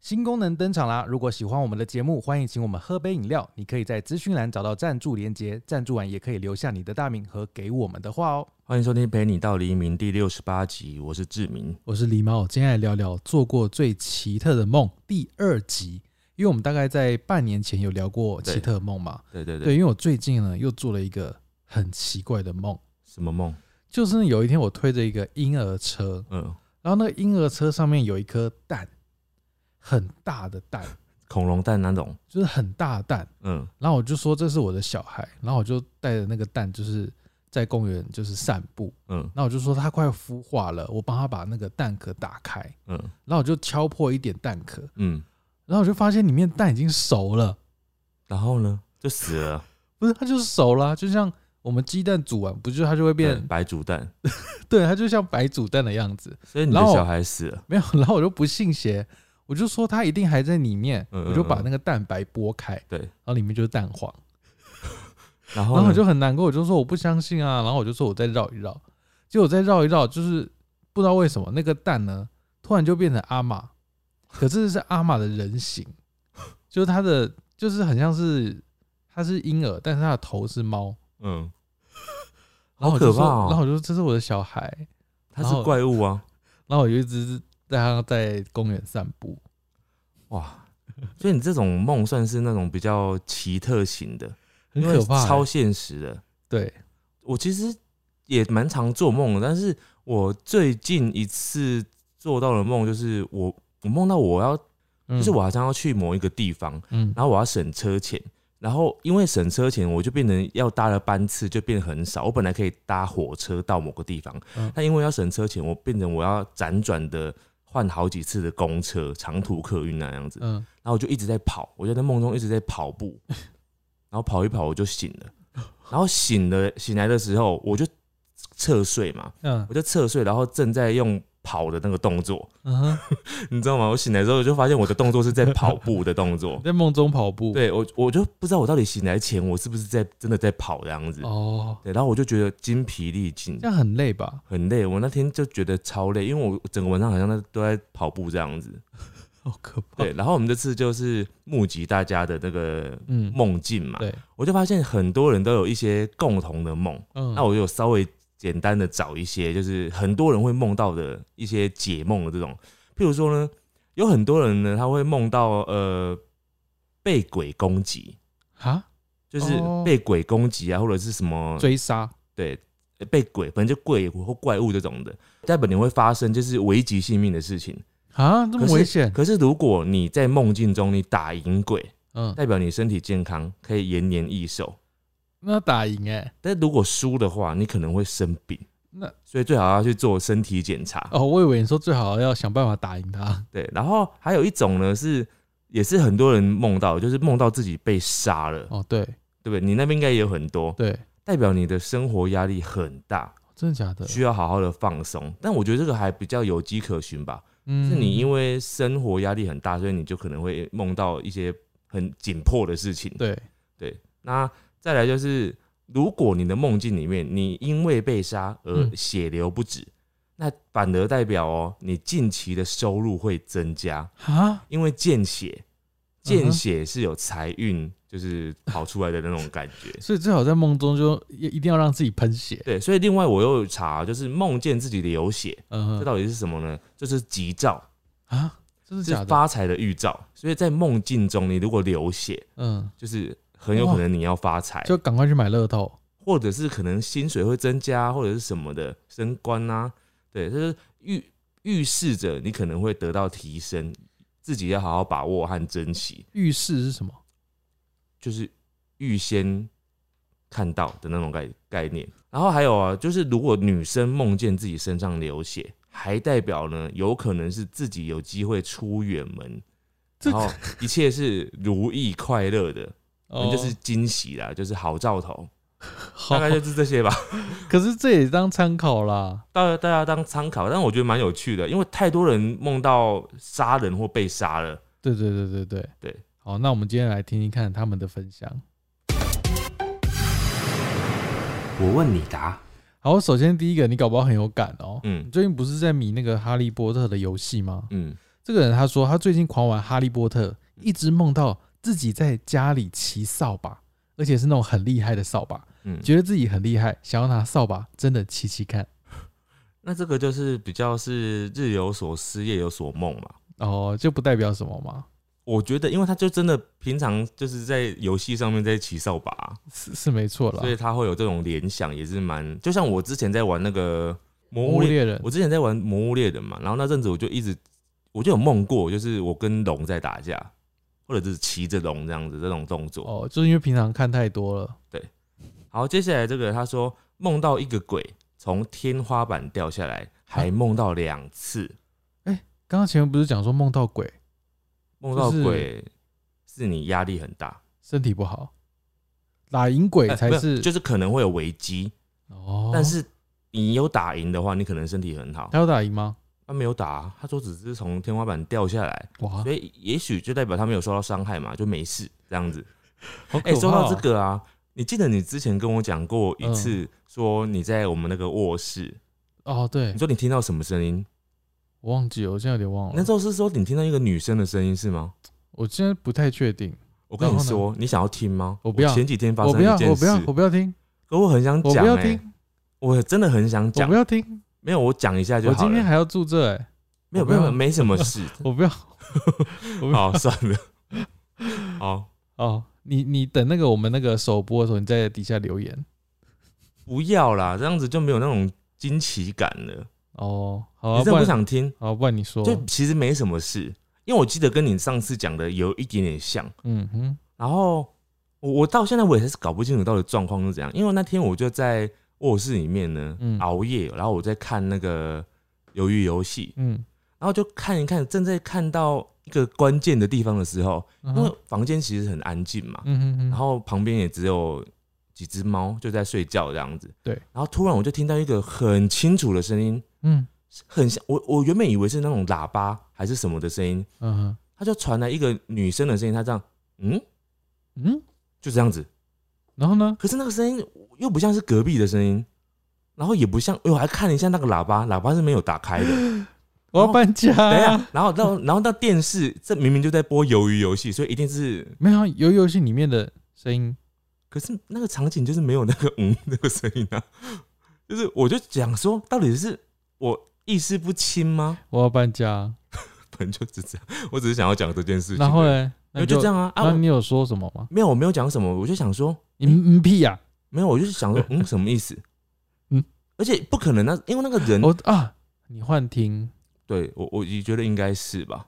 新功能登场啦！如果喜欢我们的节目，欢迎请我们喝杯饮料。你可以在资讯栏找到赞助连结，赞助完也可以留下你的大名和给我们的话哦。欢迎收听《陪你到黎明》第六十八集，我是志明。我是狸猫，今天来聊聊做过最奇特的梦第二集，因为我们大概在半年前有聊过奇特的梦嘛。对对对，对，因为我最近呢又做了一个很奇怪的梦，什么梦？就是呢有一天我推着一个婴儿车，嗯，然后那个婴儿车上面有一颗蛋，很大的蛋，恐龙蛋那种。就是很大的蛋。嗯，然后我就说这是我的小孩，然后我就带着那个蛋，就是在公园就是散步。嗯然后我就说它快孵化了，我帮他把那个蛋壳打开，嗯然后我就敲破一点蛋壳，嗯，然后我就发现里面蛋已经熟了，然后呢，就死了。不是它就是熟了啊、就像我们鸡蛋煮完，不就它就会对 变，白煮蛋，对，它就像白煮蛋的样子。所以你的然后小孩死了。没有，然后我就不信邪，我就说它一定还在里面，嗯嗯我就把那个蛋白剥开，然对，后里面就是蛋黄。然后然后呢我就很难过，我就说我不相信啊，然后我就说我再绕一绕，结果再绕一绕，就是不知道为什么那个蛋呢，突然就变成阿玛，可是是阿玛的人形， 就是它的就是很像是它是婴儿，但是它的头是猫，嗯，然后好我就可说，怕然后哦，我就说这是我的小孩，它然后是怪物啊！然后我就一直带他在公园散步，哇，所以你这种梦算是那种比较奇特型的，很因为可怕欸、超现实的。对，我其实也蛮常做梦的，但是我最近一次做到的梦就是我我梦到我要，就就是我，好像要去某一个地方，嗯，然后我要省车钱，然后因为省车钱，我就变成要搭的班次就变得很少。我本来可以搭火车到某个地方，嗯但因为要省车钱，我变成我要辗转的换好几次的公车、长途客运那样子。嗯，然后我就一直在跑，我就在梦中一直在跑步， 然后跑一跑我就醒了，然后醒了醒来的时候我就侧睡嘛，嗯，我就侧睡，然后正在用跑的那个动作，嗯哼，你知道吗？我醒来之后我就发现我的动作是在跑步的动作你，在梦中跑步，，对我我就不知道我到底醒来前我是不是在真的在跑这样子，哦，对，然后我就觉得精疲力尽这，样很累吧？很累。我那天就觉得超累，因为我整个晚上好像在都在跑步这样子。好可怕，对，然后我们这次就是募集大家的那个嗯，梦啊境嘛，对，我就发现很多人都有一些共同的梦，嗯，那我有稍微简单的找一些，就是很多人会梦到的一些解梦的这种，譬如说呢，有很多人呢他会梦到呃被鬼攻击。啊，就是哦被鬼攻击啊，或者是什么追杀，对呃被鬼，反正就鬼或怪物这种的，在本年会发生就是危及性命的事情。啊，这么危险？可是如果你在梦境中你打赢鬼，嗯，代表你身体健康，可以延年益寿。那打赢哎、但如果输的话，你可能会生病。那所以最好要去做身体检查。哦，我以为你说最好要想办法打赢 他。对，然后还有一种呢是，也是很多人梦到，就是梦到自己被杀了，哦，对对不对？你那边应该也有很多，对，代表你的生活压力很大。真的假的？需要好好的放松。但我觉得这个还比较有迹可循吧，嗯是你因为生活压力很大，所以你就可能会梦到一些很紧迫的事情。对，那再来就是，如果你的梦境里面你因为被杀而嗯血流不止，那反而代表哦，你近期的收入会增加，啊，因为见血，嗯见哼血是有财运就是跑出来的那种感觉。所以最好在梦中就一一定要让自己喷血。对，所以另外我又有查，就是梦见自己流血，嗯这哼到底是什么呢？就是吉兆。啊，真的是假的？发财的预兆，所以在梦境中，你如果流血，嗯，就是很有可能你要发财，就赶快去买乐透。或者是可能薪水会增加，或者是什么的升官啊，对，就是预预示着你可能会得到提升，自己要好好把握和珍惜，浴室是什么？就是预先看到的那种概概念。然后还有啊，就是如果女生梦见自己身上流血，还代表呢，有可能是自己有机会出远门，这 然后一切是如意快乐的，哦反正就是惊喜啦，就是好兆头，好大，概就是这些吧。 可是这也当参考啦。大家大家当参考，但我觉得蛮有趣的，因为太多人梦到杀人或被杀了。对对对对对对。好，那我们今天来听听看他们的分享。我问你答，好，首先第一个，你搞不好很有感哦。嗯你最近不是在迷那个《哈利波特》的游戏吗？嗯，这个人他说他最近狂玩《哈利波特》，一直梦到自己在家里骑扫把，而且是那种很厉害的扫把，嗯，觉得自己很厉害，想要拿扫把真的骑骑看。那这个就是比较是日有所思，夜有所梦嘛。哦，就不代表什么嘛？我觉得，因为他就真的平常就是在游戏上面在骑扫把啊、是是没错啦所。以他会有这种联想，也是蛮就像我之前在玩那个《魔魔物物猎》，猎人我之前在玩《魔物猎人》嘛，然后那阵子我就一直我就有梦过，就是我跟龙在打架，或者是骑着龙这样子这种动作。哦，就是因为平常看太多了。好，接下来这个他说梦到一个鬼从天花板掉下来，还梦到两次，刚刚前面不是讲说梦到鬼，梦到就是鬼是你压力很大，身体不好，打赢鬼哎才没有是、就是可能会有危机，哦。但是你有打赢的话，你可能身体很好他。有打赢吗？他没有打啊，他说只是从天花板掉下来，哇，所以也许就代表他没有受到伤害嘛，就没事这样子。好可哎、怕、嗯说到这，个啊，你记得你之前跟我讲过一次，说你在我们那个卧室，哦，对你，说你听到什么声音？我忘记了，我现在有点忘那了时，候是说你听到一个女生的声音是吗？我现在不太确定。我跟你然后呢说，你想要听吗？我不要前几天发我生不要，一件我不事，要，我不要听，可我很想我讲、不要欸，听，我真的很想我讲不。要听，没有，我讲一下就我好今天了。还要住这哎、没有，我没不要有，没什么事。我不要 我不好，算了。好，哦。你你等那个我们那个首播的时候，你在底下留言不要啦，这样子就没有那种惊奇感了。哦。好、你啊，真不的不然想听？好，不然你说，就其实没什么事，因为我记得跟你上次讲的有一点点像。嗯哼，然后我我到现在我也是搞不清楚到底状况是怎样，因为那天我就在卧室里面呢、嗯熬夜，然后我在看那个《鱿鱼游戏嗯》，，然后就看一看，正在看到一个关键的地方的时候，嗯因为哼，房间其实很安静嘛，嗯哼哼，然后旁边也只有几只猫就在睡觉这样子。对，然后突然我就听到一个很清楚的声音，嗯很像我我原本以为是那种喇叭还是什么的声音，嗯哼他就传来一个女生的声音，她这样，嗯，嗯，就这样子。然后呢？可是那个声音又不像是隔壁的声音，然后也不像，哎呦，还看了一下那个喇叭，喇叭是没有打 开的。我要搬家、等一下，然后到然后到电视，这明明就在播鱿鱼游戏，所以一定是，没有啊游游戏里面的声音，可是那个场景就是没有那个嗯那个声音啊，就是我就讲说，到底是我意识不清吗？我要搬家。本来就是这样，我只是想要讲这件事情。然后，呢？因那你为就这，样啊啊，那我你有说什么吗？没有我没有讲什么，我就想说，你嗯屁呀！没有，我就 是想说，嗯，什么意思？嗯，而且不可能那，因为那个人，我啊，你幻听。对我，我也觉得应该是吧。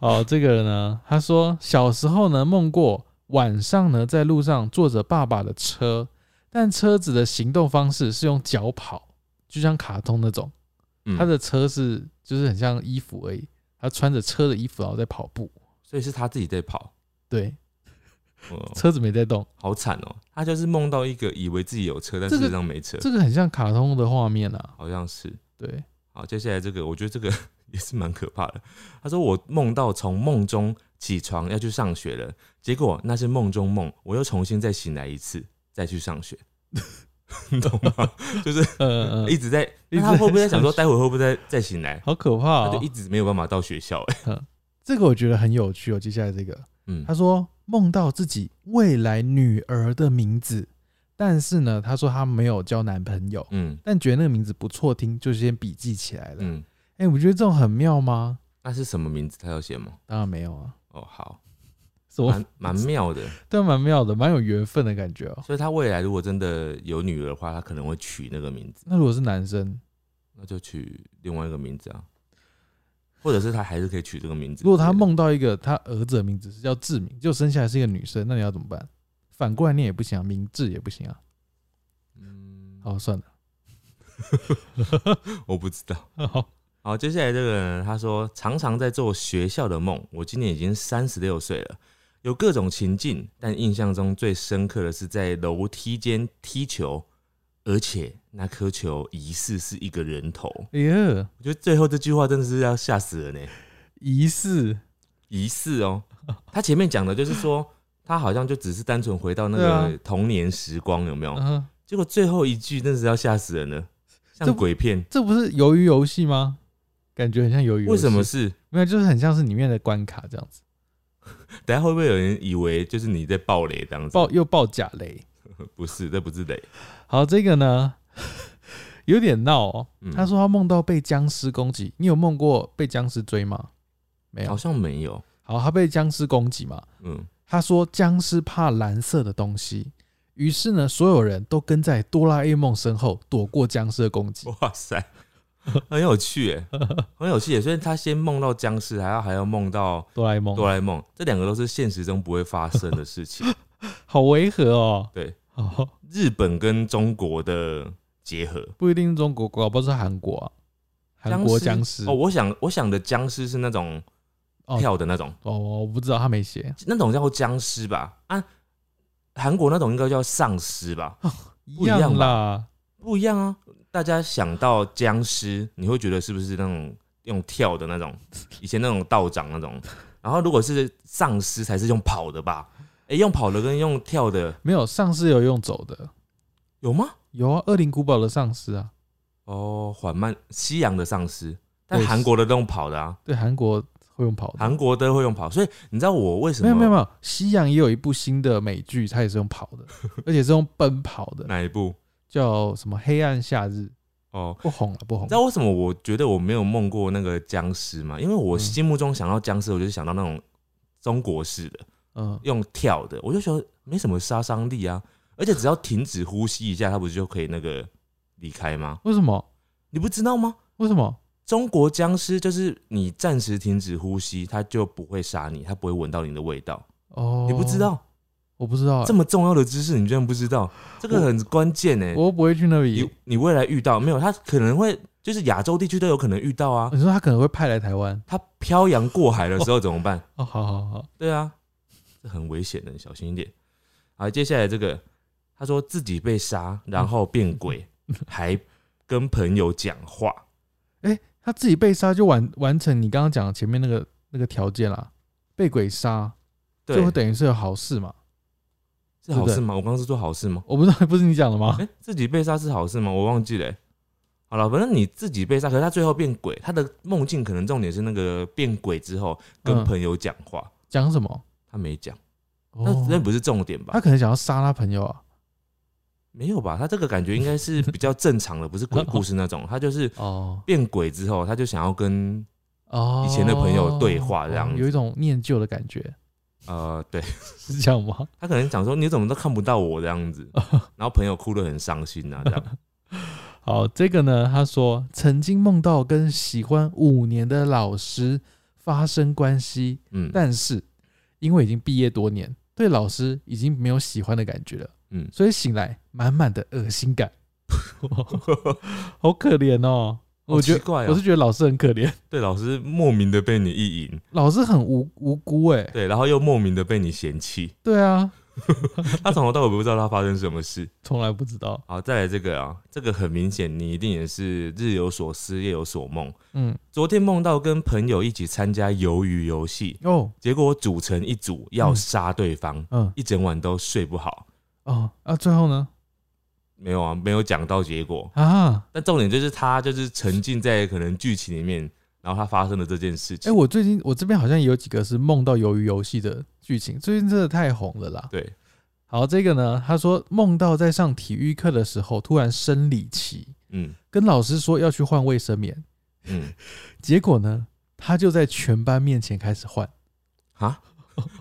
哦，这个人呢，他说小时候呢梦过晚上呢在路上坐着爸爸的车，但车子的行动方式是用脚跑，就像卡通那种。嗯，他的车是就是很像衣服而已，他穿着车的衣服然后在跑步。所以是他自己在跑，对， 哦，车子没在动，好惨哦。他就是梦到一个以为自己有车，但这事个实上没车，这个很像卡通的画面啊。好像是。对，好，接下来这个，我觉得这个 也是蛮可怕的。他说我梦到从梦中起床要去上学了，结果那是梦中梦，我又重新再醒来一次，再去上学。 你懂 吗？就是呃，一呃直在，一直在那他会不会 在想说，上学待会会不会再再醒来？好可怕他哦就一！直没有办法到学校、哎，这个我觉得很有趣哦。接下来这个，嗯他，说梦到自己未来女儿的名字，但是呢，他说他没有交男朋友，嗯但觉得那个名字不错听，就先笔记起来了。哎、嗯，我觉得这种很妙吗？那是什么名字？他要写吗？当然没有啊，哦，好，什么 蛮蛮妙的。对，蛮妙的，蛮有缘分的感觉哦。所以他未来如果真的有女儿的话，他可能会取那个名字，那如果是男生，那就取另外一个名字啊，或者是他还是可以取这个名字。如果他梦到一个他儿子的名字是叫志明，就生下来是一个女生，那你要怎么办？反过来念也不行啊，明智也不行啊。嗯，好，算了，我不知道。 好，好，接下来这个人他说常常在做学校的梦，我今年已经三十六岁了，有各种情境，但印象中最深刻的是在楼梯间踢球，而且那颗球疑似是一个人头。哎呀，我觉得最后这句话真的是要吓死人欸呢、疑似，疑似哦。他前面讲的就是 说，他好像就只是单纯回到那对啊个童年时光，有没有？嗯哼，结果最后一句真是要吓死人了，这像不鬼片。这不是鱿鱼游戏吗？感觉很像鱿鱼游戏。为什么是？没有？就是很像是里面的关卡这样子，等一下会不会有人以为就是你在爆雷这样子？爆又爆假雷。不是，这不是雷。好，这个呢 有点闹哦。嗯他说他梦到被僵尸攻击，你有梦过被僵尸追吗？没好有。像没有。好，他被僵尸攻击嘛？ 嗯，他说僵尸怕蓝色的东西，于是呢，所有人都跟在哆啦 A 梦身后躲过僵尸的攻击。哇塞，很有趣 耶，很有趣耶。所以他先梦到僵尸，还要还要梦到哆啦 A 梦哆啦 A 梦，这两个都是现实中不会发生的事 情。好违和哦。对，哦，日本跟中国的结合， 不一定是中国，搞不好是韩国啊，韩国僵尸哦，我想我想的僵尸是那种哦跳的那种，哦，我不知道他没写，那种叫僵尸吧？啊，韩国那种应该叫丧尸吧？一不一样吧啦，不一样啊！大家想到僵尸，你会觉得是不是那种用跳的那种，以前那种道长那种？然后如果是丧尸，才是用跑的吧？哎、用跑的跟用跳的没有丧尸有用走的，有吗？有啊，恶灵古堡的丧尸啊，哦，缓慢西洋的丧尸，但对韩国的都用跑的啊，对，韩国会用跑的，韩国都会用跑，所以你知道我为什么没有没有没有，西洋也有一部新的美剧，它也是用跑 的，而且是用奔跑的，哪一部？叫什么《黑暗夏日》，哦，不红了，不红你知，道为什么我觉得我没有梦过那个僵尸吗？因为我嗯心目中想到僵尸，我就是想到那种中国式的，嗯，用跳的，我就觉得没什么杀伤力啊，而且只要停止呼吸一下，它不是就可以那个离开吗？为什么？你不知道吗？为什么？中国僵尸就是你暂时停止呼吸，它就不会杀你，它不会闻到你的味道。哦，你不知？道我不知道欸，这么重要的知识，你居然不知道，这个我很关键呢、我又不会去那里你。你未来遇到没有？它可能会就是亚洲地区都有可能遇到啊。你说他可能会派来台湾？它漂洋过海的时候怎 么办？哦，好好好，对啊，这很危险的，你小心一点。好，接下来这个，他说自己被杀，然后变鬼，嗯还跟朋友讲话，他自己被杀就完完成你刚刚讲的前面那个那个条件啦，被鬼杀对就，会等于是有好事嘛？是好事吗？我刚刚是做好事吗？我不知道，不是你讲的吗哎、？自己被杀是好事吗？我忘记了欸、好了，反正你自己被杀，可是他最后变鬼，他的梦境可能重点是那个变鬼之后 跟嗯朋友讲话，讲什么？他没讲，那哦那不是重点吧他？可能想要杀他朋友啊？没有吧？他这个感觉应该是比较正常的，不是鬼故事那 种，他就是哦变鬼之后，他就想要跟哦，以前的朋友对话这样子有一种念旧的感觉，呃，对 是这样吗？ 他可能讲说你怎么都看不到我这样子，然后朋友哭得很伤心啊，这样好，这个呢，他说曾经梦到跟喜欢五年的老师发生关系，嗯，但是因为已经毕业多年，对老师已经没有喜欢的感觉了，嗯所以醒来满满的恶心感， 好可怜哦。好我觉奇得、怪我哦是，觉得老师很可怜，对老师莫名的被你意淫，老师很无无辜哎、对，然后又莫名的被你嫌弃， 对啊，他从头到尾不知道他发生什么事。从来不知道，好，再来这个啊，这个很明显，你一定也是日有所思，夜有所梦。嗯，昨天梦到跟朋友一起参加鱿鱼游戏，哦，结果组成一组要杀对方，嗯，一整晚都睡不好。哦，啊，最后呢？没有啊，没有讲到结果，啊，但重点就是他就是沉浸在可能剧情里面，然后他发生了这件事哎、情。我最近我这边好像也有几个是梦到鱿鱼游戏的剧情，最近真的太红了啦。对，好，这个呢，他说梦到在上体育课的时候突然生理期，嗯跟老师说要去换卫生棉，嗯， 结果呢，他就在全班面前开始换，啊，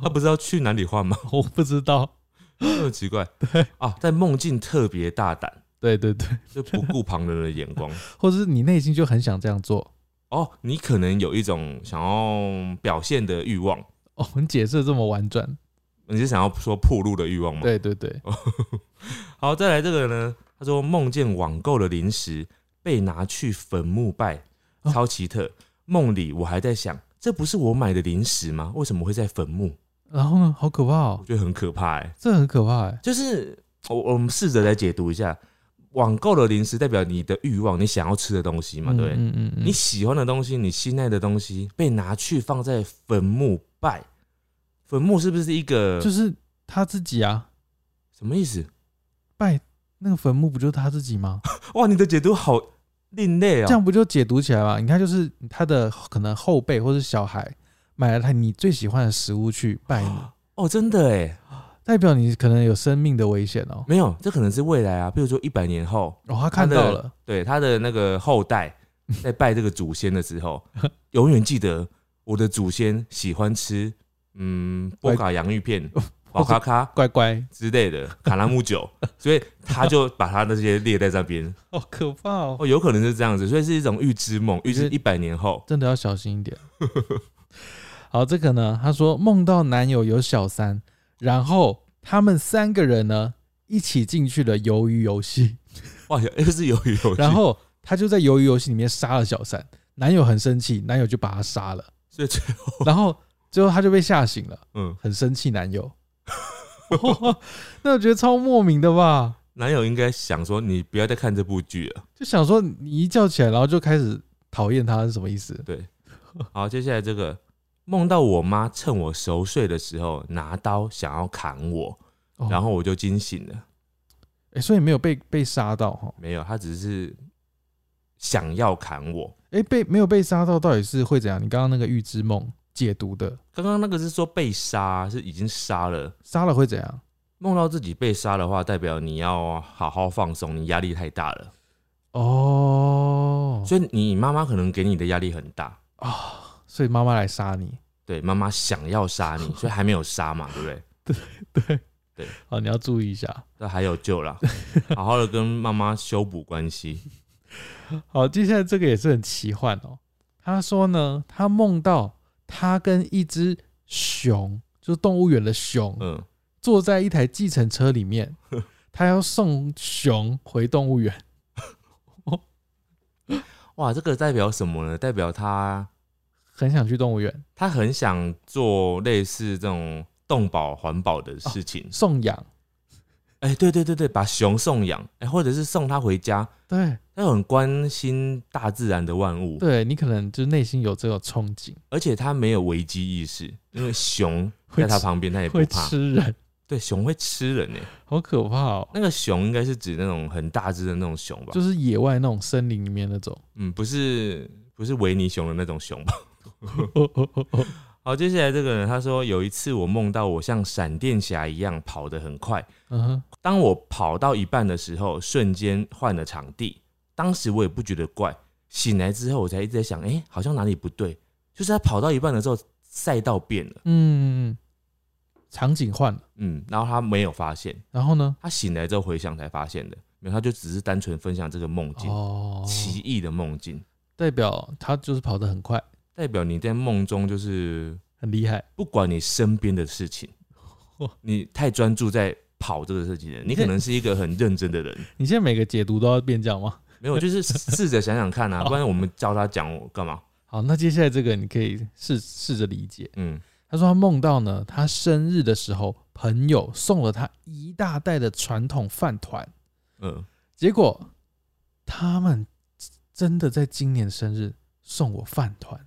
他不是要去哪里 换吗？我不知道。这么奇怪。对啊，在梦境特别大胆，对对对，就不顾旁人的眼 光。或者是你内心就很想这样做。哦，你可能有一种想要表现的欲望，哦，你解释得这么婉转。你是想要说破路的欲望吗？。对对对，好，再来这个呢？他说梦见网购的零食被拿去坟墓拜，哦超奇特。梦里我还在想，这不是我买的零食吗？为什么会在坟墓？然后呢，好可怕我哦，觉得很可怕哎、这很可怕哎、就是我我们试着来解读一下，网购的零食代表你的欲望，你想要吃的东西嘛，嗯对不对？嗯嗯嗯你，喜欢的东西，你心爱的东西被拿去放在坟墓拜，坟墓是不是一个、就是他自己啊，什么意思？ 拜那个坟墓不就是他自己吗？哇，你的解读好另类这哦、样不就解读起来吗？你看，就是他的可能后辈或是小孩买了他你最喜欢的食物去拜你，哦，真的哎，代表你可能有生命的危险哦。没有，这可能是未来啊，比如说一百年后，哦，他看到了，对他的那个 后代在拜这个祖先的时候，永远记得我的祖先喜欢吃嗯波卡洋芋片、哎宝咖咖乖乖，之类的卡拉 木酒，所以他就把他那些列在这边。好可怕哦！哦，有可能是这样子，所以是一种预知梦，预知一百年后。 真的要小心一点。 好，这个呢，他说梦到男友有小三，然后他们三个人呢一起进去了鱿鱼游戏，哇，又是鱿鱼游戏，然后他就在鱿鱼游戏里面杀了小三，男友很生气，男友就把他杀 了，所以最后然后最后他就被吓醒了，嗯，很生气男友。 那我觉得超莫名的吧，男友应该想说你不要再看这部剧了。就想说你一叫起来，然后就开始讨厌他是什么意思？对，好，接下来这个梦到我妈趁我熟睡的时候拿刀想要砍我，哦然后我就惊醒了。哎、所以没有被被杀到哦哈，没有，她只是想要砍我。哎、被没有被杀到，到底是会怎样？你刚刚那个预知梦解读的，刚刚那个是说被杀，是已经杀了。杀了会怎样？梦到自己被杀的话，代表你要好好放松，你压力太大了。哦，所以你妈妈可能给你的压力很大，所以妈妈来杀你，对，妈妈想要杀你，所以还没有杀嘛，对不对？对对，好，哦你要注意一下。那还有救了，好好的跟妈妈修补关系。好，接下来这个也是很奇幻哦。他说呢，他梦到他跟一只熊，就是动物园的熊，嗯，坐在一台计程车里 面，他要送熊回动物园。哇，这个代表什么呢？代表他很想去动物园他很想做类似这种动保环保的事情。送养，哎、对对对对，把熊送养，哎、或者是送它回家，对他很关心大自然的万物，对，你可能就内心有这种憧憬，而且他没有危机意识，因为熊在他旁边，他也不会怕。吃人，对，熊会吃人呢。欸好可怕哦！那个啊熊应该是指那种很大只的那种熊吧？就是野外那种森林里面那种，嗯，不是不是维尼熊的那种熊 吧？好，接下来这个人他说，有一次我梦到我像闪电侠一样跑得很快，嗯哼，当我跑到一半的时候，瞬间换了场地。当时我也不觉得怪，醒来之后我才一直在想，哎、好像哪里不对。就是他跑到一半的时候，赛道变了，嗯，场景换了，嗯，然后他没有发现，然后呢？他醒来之后回想才发现的，没有，他就只是单纯分享这个梦境，哦，奇异的梦境，代表他就是跑得很快，代表你在梦中就是很厉害，不管你身边的事情哇，你太专注在跑这个事情了，你可能是一个很认真的人，你现在每个解读都要变这样吗？没有，就是试着想想看啊，好不然我们教他讲我干嘛？好，那接下来这个你可以试试着理解。嗯，他说他梦到呢，他生日的时候，朋友送了他一大袋的传统饭团，嗯，结果他们真的在今年生日送我饭团，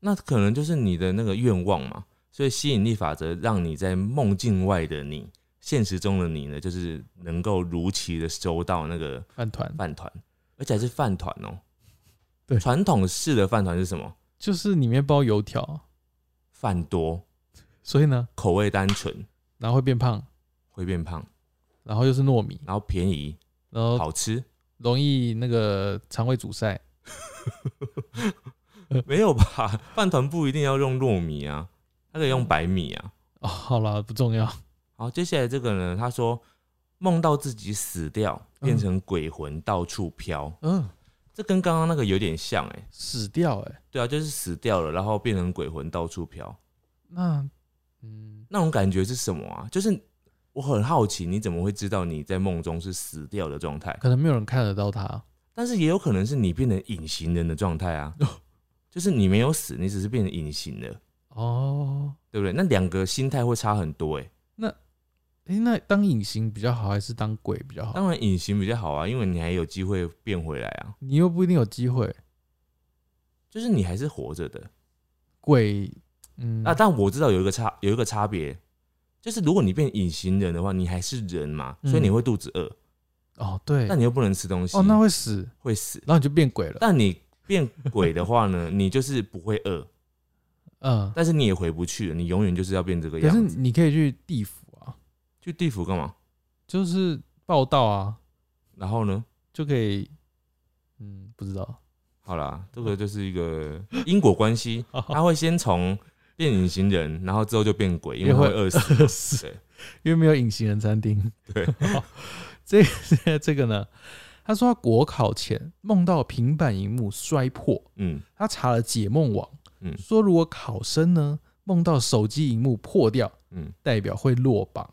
那可能就是你的那个愿望嘛。所以吸引力法则让你在梦境外的你，现实中的你呢，就是能够如期的收到那个饭团饭团，而且还是饭团哦。对传统式的饭团是什么？就是里面包油条，饭多，所以呢，口味单纯，然后会变胖，会变胖，然后又是糯米，然后便宜，然后好吃。容易那个肠胃阻塞。没有吧？ 饭团不一定要用糯米啊，它可以用白米啊。哦，好啦，不重要。好，接下来这个呢，他说梦到自己死掉，变成鬼魂到处飘，嗯，这跟刚刚那个有点像哎、死掉哎、对啊，就是死掉了，然后变成鬼魂到处飘，那嗯，那种感觉是什么啊？就是我很好奇，你怎么会知道你在梦中是死掉的状态？可能没有人看得到他。但是也有可能是你变成隐形人的状态啊，就是你没有死，你只是变成隐形了，哦，对不对？那两个心态会差很多哎、诶、那当隐形比较好，还是当鬼比较好？当然隐形比较好啊，因为你还有机会变回来啊，你又不一定有机会。就是你还是活着的。鬼，嗯，啊，但我知道有一个差有一个差别，就是如果你变隐形人的话，你还是人嘛，所以你嗯会肚子饿。哦，对，但你又不能吃东西，哦，那会死，会死。然后你就变鬼了。但你变鬼的话呢，你就是不会饿，嗯，但是你也回不去了，你永远就是要变这个可是样子。你可以去地府啊，去地府干嘛？就是报道啊，然后呢？就可以，嗯，不知道。好啦，这个就是一个因果关系，他会先从变隐形人，然后之后就变鬼，因为他会饿死。是对，因为没有隐形人餐厅。对好，这个 这个呢，他说他国考前梦到平板荧幕摔破，嗯，他查了解梦网，嗯说如果考生呢梦到手机荧幕破掉，嗯 代表会落榜。哦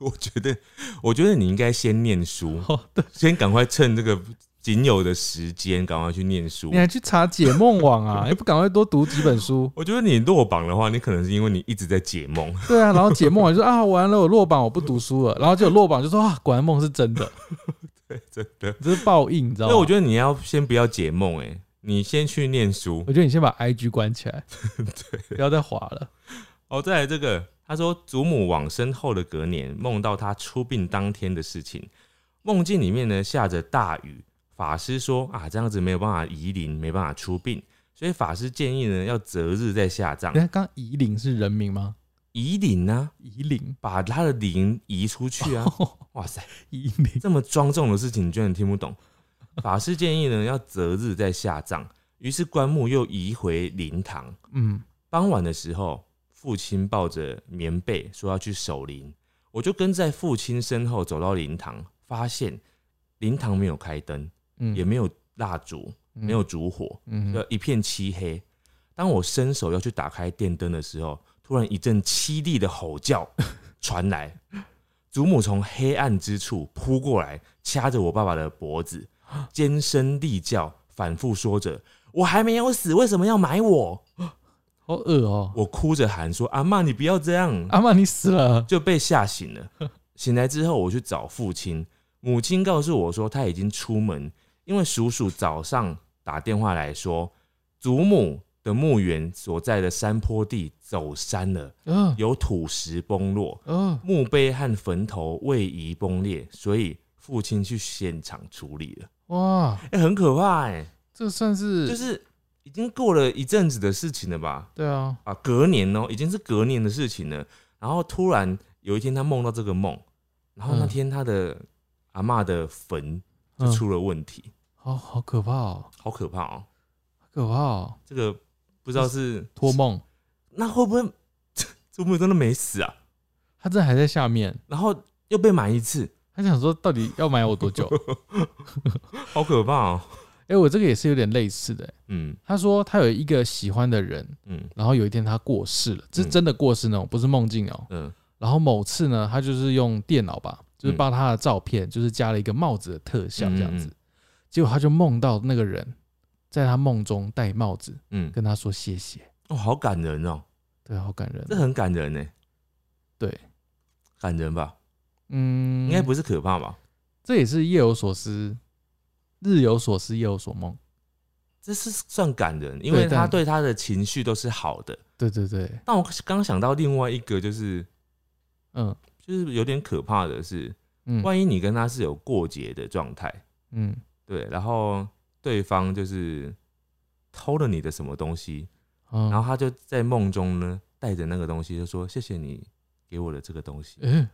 我觉得，我觉得你应该先念书，哦，对，先赶快趁这个仅有的时间，赶快去念书你。还去查解梦网啊？ 你不赶快多读几本书？我觉得你落榜的话，你可能是因为你一直在解梦，对啊，然后解梦网就说啊，完了，我落榜，我不读书了。然后就有落榜就说啊，果然梦是真的， 对，真的。这是报应，你知道所吗？以我觉得你要先不要解梦，哎，你先去念书我。觉得你先把 IG 关起 来，不要再滑了。哦，再来这个，他说祖母往生后的隔年，梦到他出殡当天的事情。梦境里面呢下着大雨，法师说啊这样子没有办法移灵，没办法出殡，所以法师建议呢要择日再下葬人。家刚夷陵是人名吗？移灵呢、夷陵，把他的灵移出去啊！哇塞，夷陵，这么庄重的事情你居然听不懂。法师建议呢要择日再下葬，于是棺木又移回灵堂。嗯，傍晚的时候，父亲抱着棉被说要去守灵，我就跟在父亲身后走到灵堂，发现灵堂没有开灯，嗯也没有蜡烛，没没有，烛火，嗯就一片漆黑。当我伸手要去打开电灯的时候，突然一阵凄厉的吼叫 传来，祖母从黑暗之处扑过来，掐着我爸爸的脖子， 尖声厉叫，反复说着：“我还没有死，为什么要埋我？”好恶哦、我哭着喊说：“阿妈，你不要这样！”阿妈，你死了，就被吓醒了。醒来之后，我去找父亲，母亲告诉我说他已经出门，因为叔叔早上打电话来说，祖母的墓园所在的山坡地走山了，嗯、有土石崩落，嗯、墓碑和坟头位移崩裂，所以父亲去现场处理了。哇，哎、很可怕哎、这算是就是已经过了一阵子的事情了吧？对啊，啊，隔年哦、已经是隔年的事情了。然后突然有一天，他梦到这个梦，然后那嗯天他的阿嬷的坟就嗯，出了问题，好好可怕哦、好可怕哦、好可怕哦、这个不知道是托梦，那会 不会祖母真的没死啊？他真的还在下面，然后又被埋一次，他想说到底要埋我多久？好可怕哦、哎、我这个也是有点类似的、欸嗯他说他有一个喜欢的人，嗯然后有一天他过世了，这是嗯真的过世那种，不是梦境哦、嗯然后某次呢，他就是用电脑吧，就是嗯把他的照片，就是加了一个帽子的特效这样子。嗯嗯结果他就梦到那个人在他梦中戴帽子，嗯，跟他说谢谢。哦，好感人哦、对，好感人这。很感人呢、对，感人吧？嗯，应该不是可怕吧？这也是夜有所思，日有所思，夜有所梦。这是算感人，因为对但他对他的情绪都是好的。对对对，但我刚想到另外一个，就是嗯就是有点可怕的是，嗯万一你跟他是有过节的状态，嗯，对，然后对方就是偷了你的什么东西，然然后他就在梦中呢带着那个东西，就说谢谢你给我的这个东西，嗯，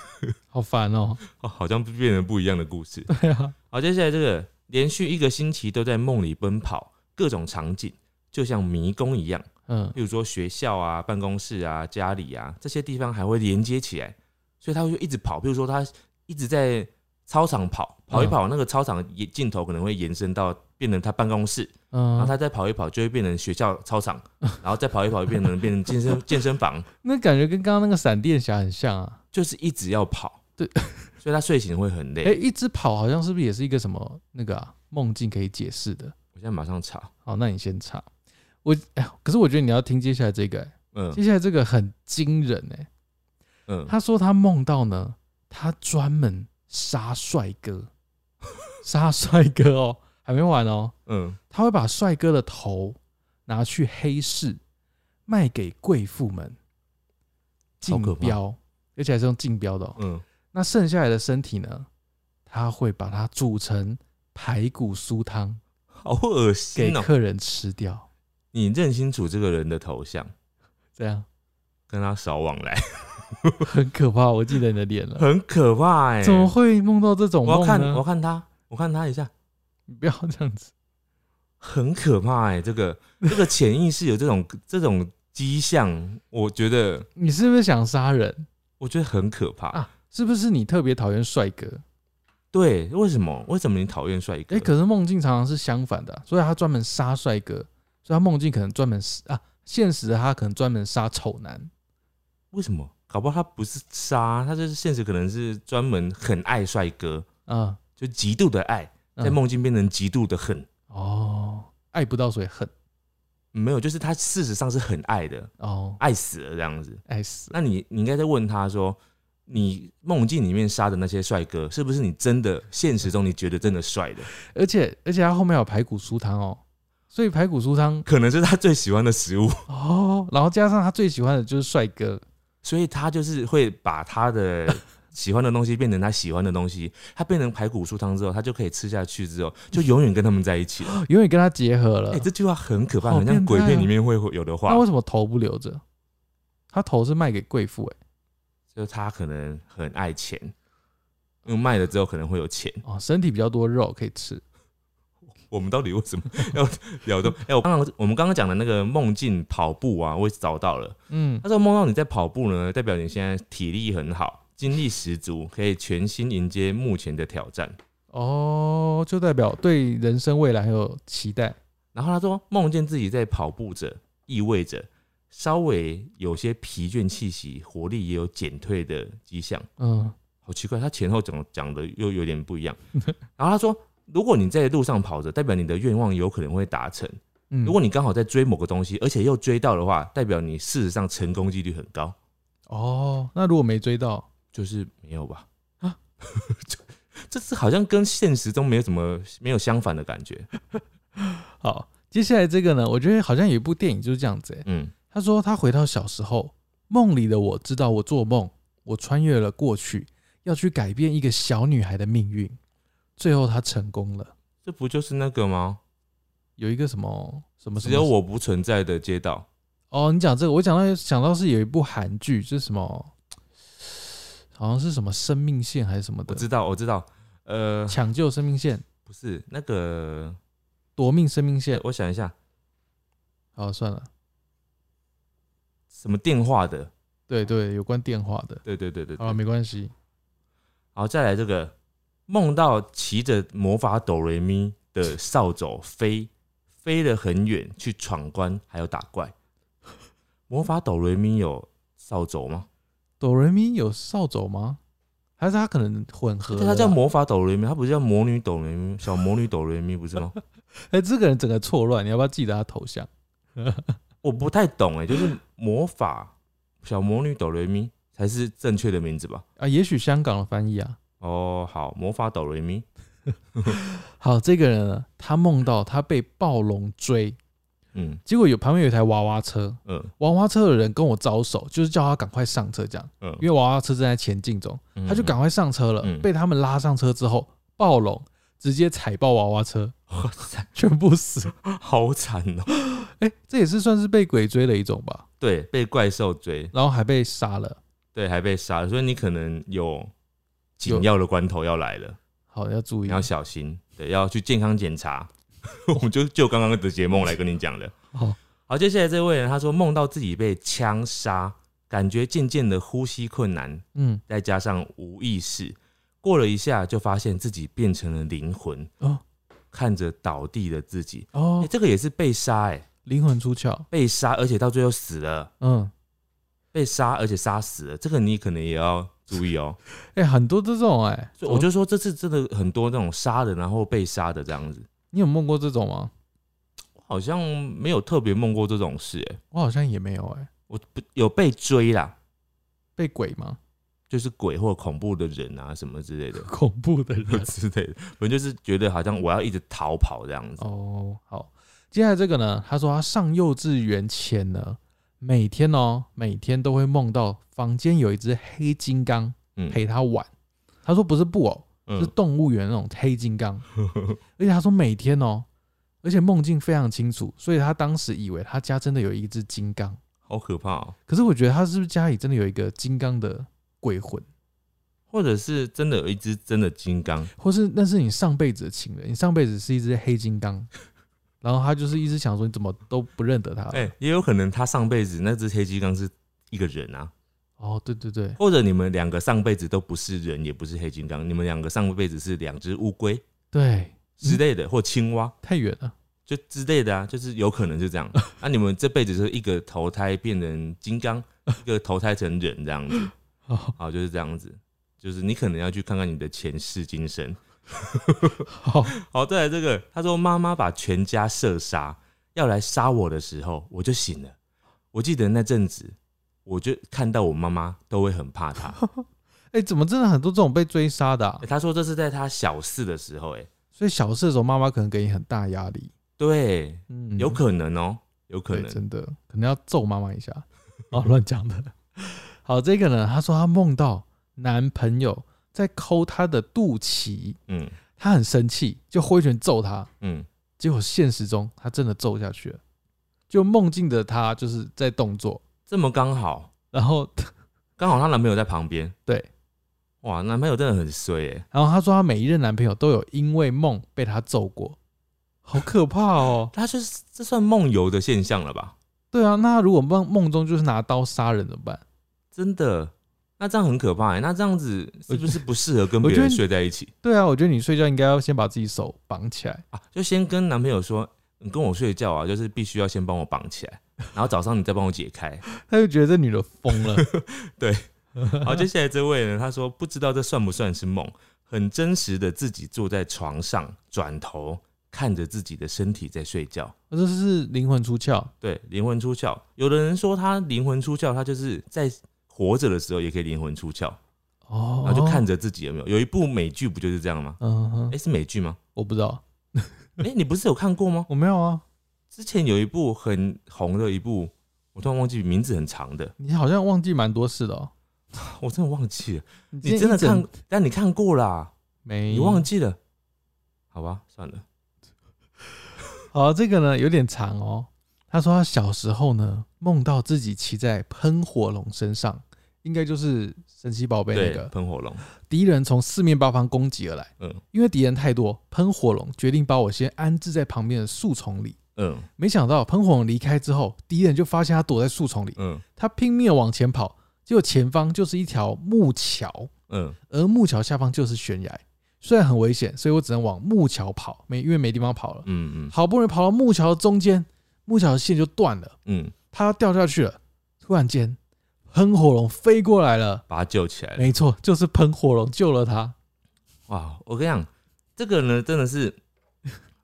好烦哦。哦，好像变成不一样的故 事。对啊，好，接下来这个连续一个星期都在梦里奔跑，各种场景就像迷宫一样，嗯比如说学校啊、办公室啊、家里啊这些地方还会连接起来，所以他会一直跑。比如说他一直在操场跑，跑一跑，那个操场也镜头可能会延伸到变成他办公室，然后嗯，他再跑一跑就会变成学校操场，然后再跑一跑就变成变成健身健身房，那感觉跟刚刚那个闪电侠很像啊。就是一直要跑。对，所以他睡醒会很累。哎，一直跑好像是不是也是一个什么那个啊梦境可以解释的？我现在马上查，好，那你先查。我哎呀，可是我觉得你要听接下来这个、欸，嗯接下来这个很惊人哎、嗯，他说他梦到呢，他专门杀帅哥， 杀帅哥哦，还没完哦，嗯，他会把帅哥的头拿去黑市卖给贵妇们好竞可怕标，而且还是用竞标的哦。嗯那剩下来的身体呢，他会把它煮成排骨酥汤好恶给心哦、客人吃掉，你认清楚这个人的头像，这样跟他少往来，很可怕。我记得你的脸了，很可怕 哎、怎么会梦到这种我要梦看，我要呢？看他，我看他一下，你不要这样子，很可怕哎、这个这个潜意识有这种这种迹象，我觉得你是不是想杀人我觉得很可怕。啊？是不是你特别讨厌帅哥？对，为什么？为什么你讨厌帅哥？哎、可是梦境常常是相反的啊、所以他专门杀帅哥，所以他梦境可能专门杀啊，现实的他可能专门杀丑男。为什么？搞不好他不是杀，他就是现实可能是专门很爱帅哥，啊、就极度的爱，嗯在梦境变成极度的恨。哦，爱不到所以恨没有，就是他事实上是很爱的，哦，爱死了这样子。爱死那你你应该在问他说，你梦境里面杀的那些帅哥，是不是你真的现实中你觉得真的帅的？而且而且他后面有排骨酥汤哦，所以排骨酥汤可能是他最喜欢的食物，哦，然后加上他最喜欢的就是帅哥，所以他就是会把他的喜欢的东西变成他喜欢的东西。他变成排骨酥汤之后，他就可以吃下去之后，就永远跟他们在一起了。永远跟他结合了。哎、这句话很可怕，好很像变态鬼片啊里面会会有的话那，为什么头不留着？他头是卖给贵妇哎、就是他可能很爱钱，因为卖了之后可能会有钱。哦，身体比较多肉可以吃。我们到底为什么要聊的？哎、我刚刚我们刚刚讲的那个梦境跑步啊，我也找到了。嗯他说梦到你在跑步呢，代表你现在体力很好，精力十足，可以全心迎接目前的挑战。哦，就代表对人生未来很有期待。然后他说梦见自己在跑步着，意味着稍微有些疲倦气息，活力也有减退的迹象。嗯，好奇怪，他前后讲讲的又有点 不一样。然后他说，如果你在路上跑着，代表你的愿望有可能会达成。嗯如果你刚好在追某个东西，而且又追到的话，代表你事实上成功几率很高，哦，那如果没追到，就是没有吧？啊啊， 这是好像跟现实中没有什么没有相反的感觉。好，接下来这个呢，我觉得好像有一部电影就是这样子、欸。嗯，他说他回到小时候，梦里的我知道我做梦，我穿越了过去，要去改变一个小女孩的命运。最后他成功了，这不就是那个吗？有一个什么什么什只么有我不存在的街道。哦，你讲这个，我讲到想到是有一部韩剧，就是什么，好像是什么生命线还是什么我的，知道，我知道。呃，抢救生命线，不是那个，夺命生命线。我想一下，好，算了，什么电话的？对对，有关电话的，对对对对好了，对。没关系。好，再来这个梦到骑着魔法哆瑞咪的扫帚飞，飞了很远去闯关，还有打怪。魔法哆瑞咪有扫帚吗？哆瑞咪有扫帚吗？还是他可能混合了对，啊？它叫魔法哆瑞咪，它不是叫魔女哆瑞咪，小魔女哆瑞咪不是吗？ 哎、这个人整个错乱，你要不要记得他头像？我不太懂哎、就是魔法小魔女哆瑞咪才是正确的名字吧？啊，也许香港的翻译啊。哦，好，魔法哆瑞咪，好，这个人呢，他梦到他被暴龙追，嗯结果有旁边有一台娃娃车，嗯娃娃车的人跟我招手，就是叫他赶快上车，这样，嗯因为娃娃车正在前进中，嗯他就赶快上车了。嗯被他们拉上车之后，暴龙直接踩爆娃娃车，哇塞，全部死。好惨 哦、哎、这也是算是被鬼追的一种吧，对，被怪兽追，然后还被杀了。对，还被杀了，所以你可能有紧要的关头要来了，好，要注你意。要小心，对，要去健康检查。 我们就就刚刚的节目来跟你讲的。好，好，接下来这位人他说梦到自己被枪杀，感觉渐渐的呼吸困难，嗯，再加上无意识，过了一下就发现自己变成了灵魂，哦看着倒地的自己，哎、哦，这个也是被杀，哎，灵魂出窍。被杀，而且到最后死了，嗯，被杀，而且杀死了，这个你可能也要注意哦。哎、很多这种哎、所以我就说这次真的很多那种杀人然后被杀的这样子，你有梦过这种吗？我好像没有特别梦过这种事、欸，我好像也没有哎、我不有被追啦，被鬼 吗？就是鬼或恐怖的人啊什么之 类的恐怖的人之类的，我就是觉得好像我要一直逃跑这样子，哦。好，接下来这个呢，他说他上幼稚园前呢，每天哦，每天都会梦到房间有一只黑金刚嗯陪他玩。他说不是布偶，嗯是动物园那种黑金刚， 而且他说每天哦、而且梦境非常清楚，所以他当时以为他家真的有一只金刚。好可怕哦、可是我觉得他是不是家里真的有一个金刚的鬼魂，或者是真的有一只真的金刚，或是那是你上辈子的情人？你上辈子是一只黑金刚， 然后他就是一直想说你怎么都不认得他。哎、也有可能他上辈子那只黑金刚是一个人啊，哦，对对对，或者你们两个上辈子都不是人，也不是黑金刚，你们两个上辈子是两只乌龟对，之类的，或青蛙太远了。 就之类的啊，就是有可能是这样。那、你们这辈子就是一个投胎变成金刚，一个投胎成人这样子，哦，好，就是这样子，就是你可能要去看看你的前世今生。 好，好，再来这个，他说妈妈把全家射杀，要来杀我的时候，我就醒了。我记得那阵子，我就看到我妈妈都会很 怕她。哎、怎么真的很多这种被追杀的、啊欸？他说这是在他小四的时候、欸，哎，所以小事的时候，妈妈可能给你很大压力，对，嗯，有可能哦、有可对能。真的可能要揍妈妈一下。 哦，乱讲的。好，这个呢，她说她梦到男朋友在抠她的肚脐，嗯她很生气，就挥拳揍他。嗯，结果现实中她真的揍下去了，就梦境的她就是在动作，这么刚好，然后 刚好她男朋友在旁边。对，哇，男朋友真的很衰、欸，然后她说她每一任男朋友都有因为梦被她揍过，好可怕哦。 他就是这算梦游的现象了吧？对啊，那如果梦梦中就是拿刀杀人怎么办？真的。那这样很可怕、欸，那这样子是不是不适合跟我别觉得人你睡在一起？对啊，我觉得你睡觉应该要先把自己手绑起来。啊，就先跟男朋友说，你跟我睡觉啊，就是必须要先帮我绑起来，然后早上你再帮我解开。 他就觉得这女的疯了，好，接下来这位呢，他说不知道这算不算是梦，很真实的自己坐在床上，转头看着自己的身体在睡觉。我 这是灵魂出窍。对，灵魂出窍。有的人说他灵魂出窍，他就是在活着的时候也可以灵魂出窍，哦然后就看，着自己有没有。有一部美剧不就是这样吗？嗯哼哎、，是 美剧吗？我不知道，哎、你不是有看过吗？我没有啊，之前有一部很红的一部，我突然忘记名字很长的，你好像忘记蛮多事的哦。我真的忘记了。你今你天真的一整看？但你看过啦，没？你忘记了？好吧，算了。好，哦这个呢有点长哦。他说他小时候呢梦到自己骑在喷火龙身上，应该就是神奇宝贝那对，个喷火龙。敌人从四面八方攻击而来，嗯因为敌人太多，喷火龙决定把我先安置在旁边的树丛里。嗯没想到喷火龙离开之后，敌人就发现他躲在树丛里，嗯他拼命地往前跑，结果前方就是一条木桥，嗯，而木桥下方就是悬崖。虽然很危险，所以我只能往木桥跑，没因为没地方跑了。嗯嗯好不容易跑到木桥中间，木桥的线就断了，嗯，他要掉下去了。突然间，喷火龙飞过来了，把它救起来了。没错，就是喷火龙救了他。哇，我跟你讲，这个呢，真的是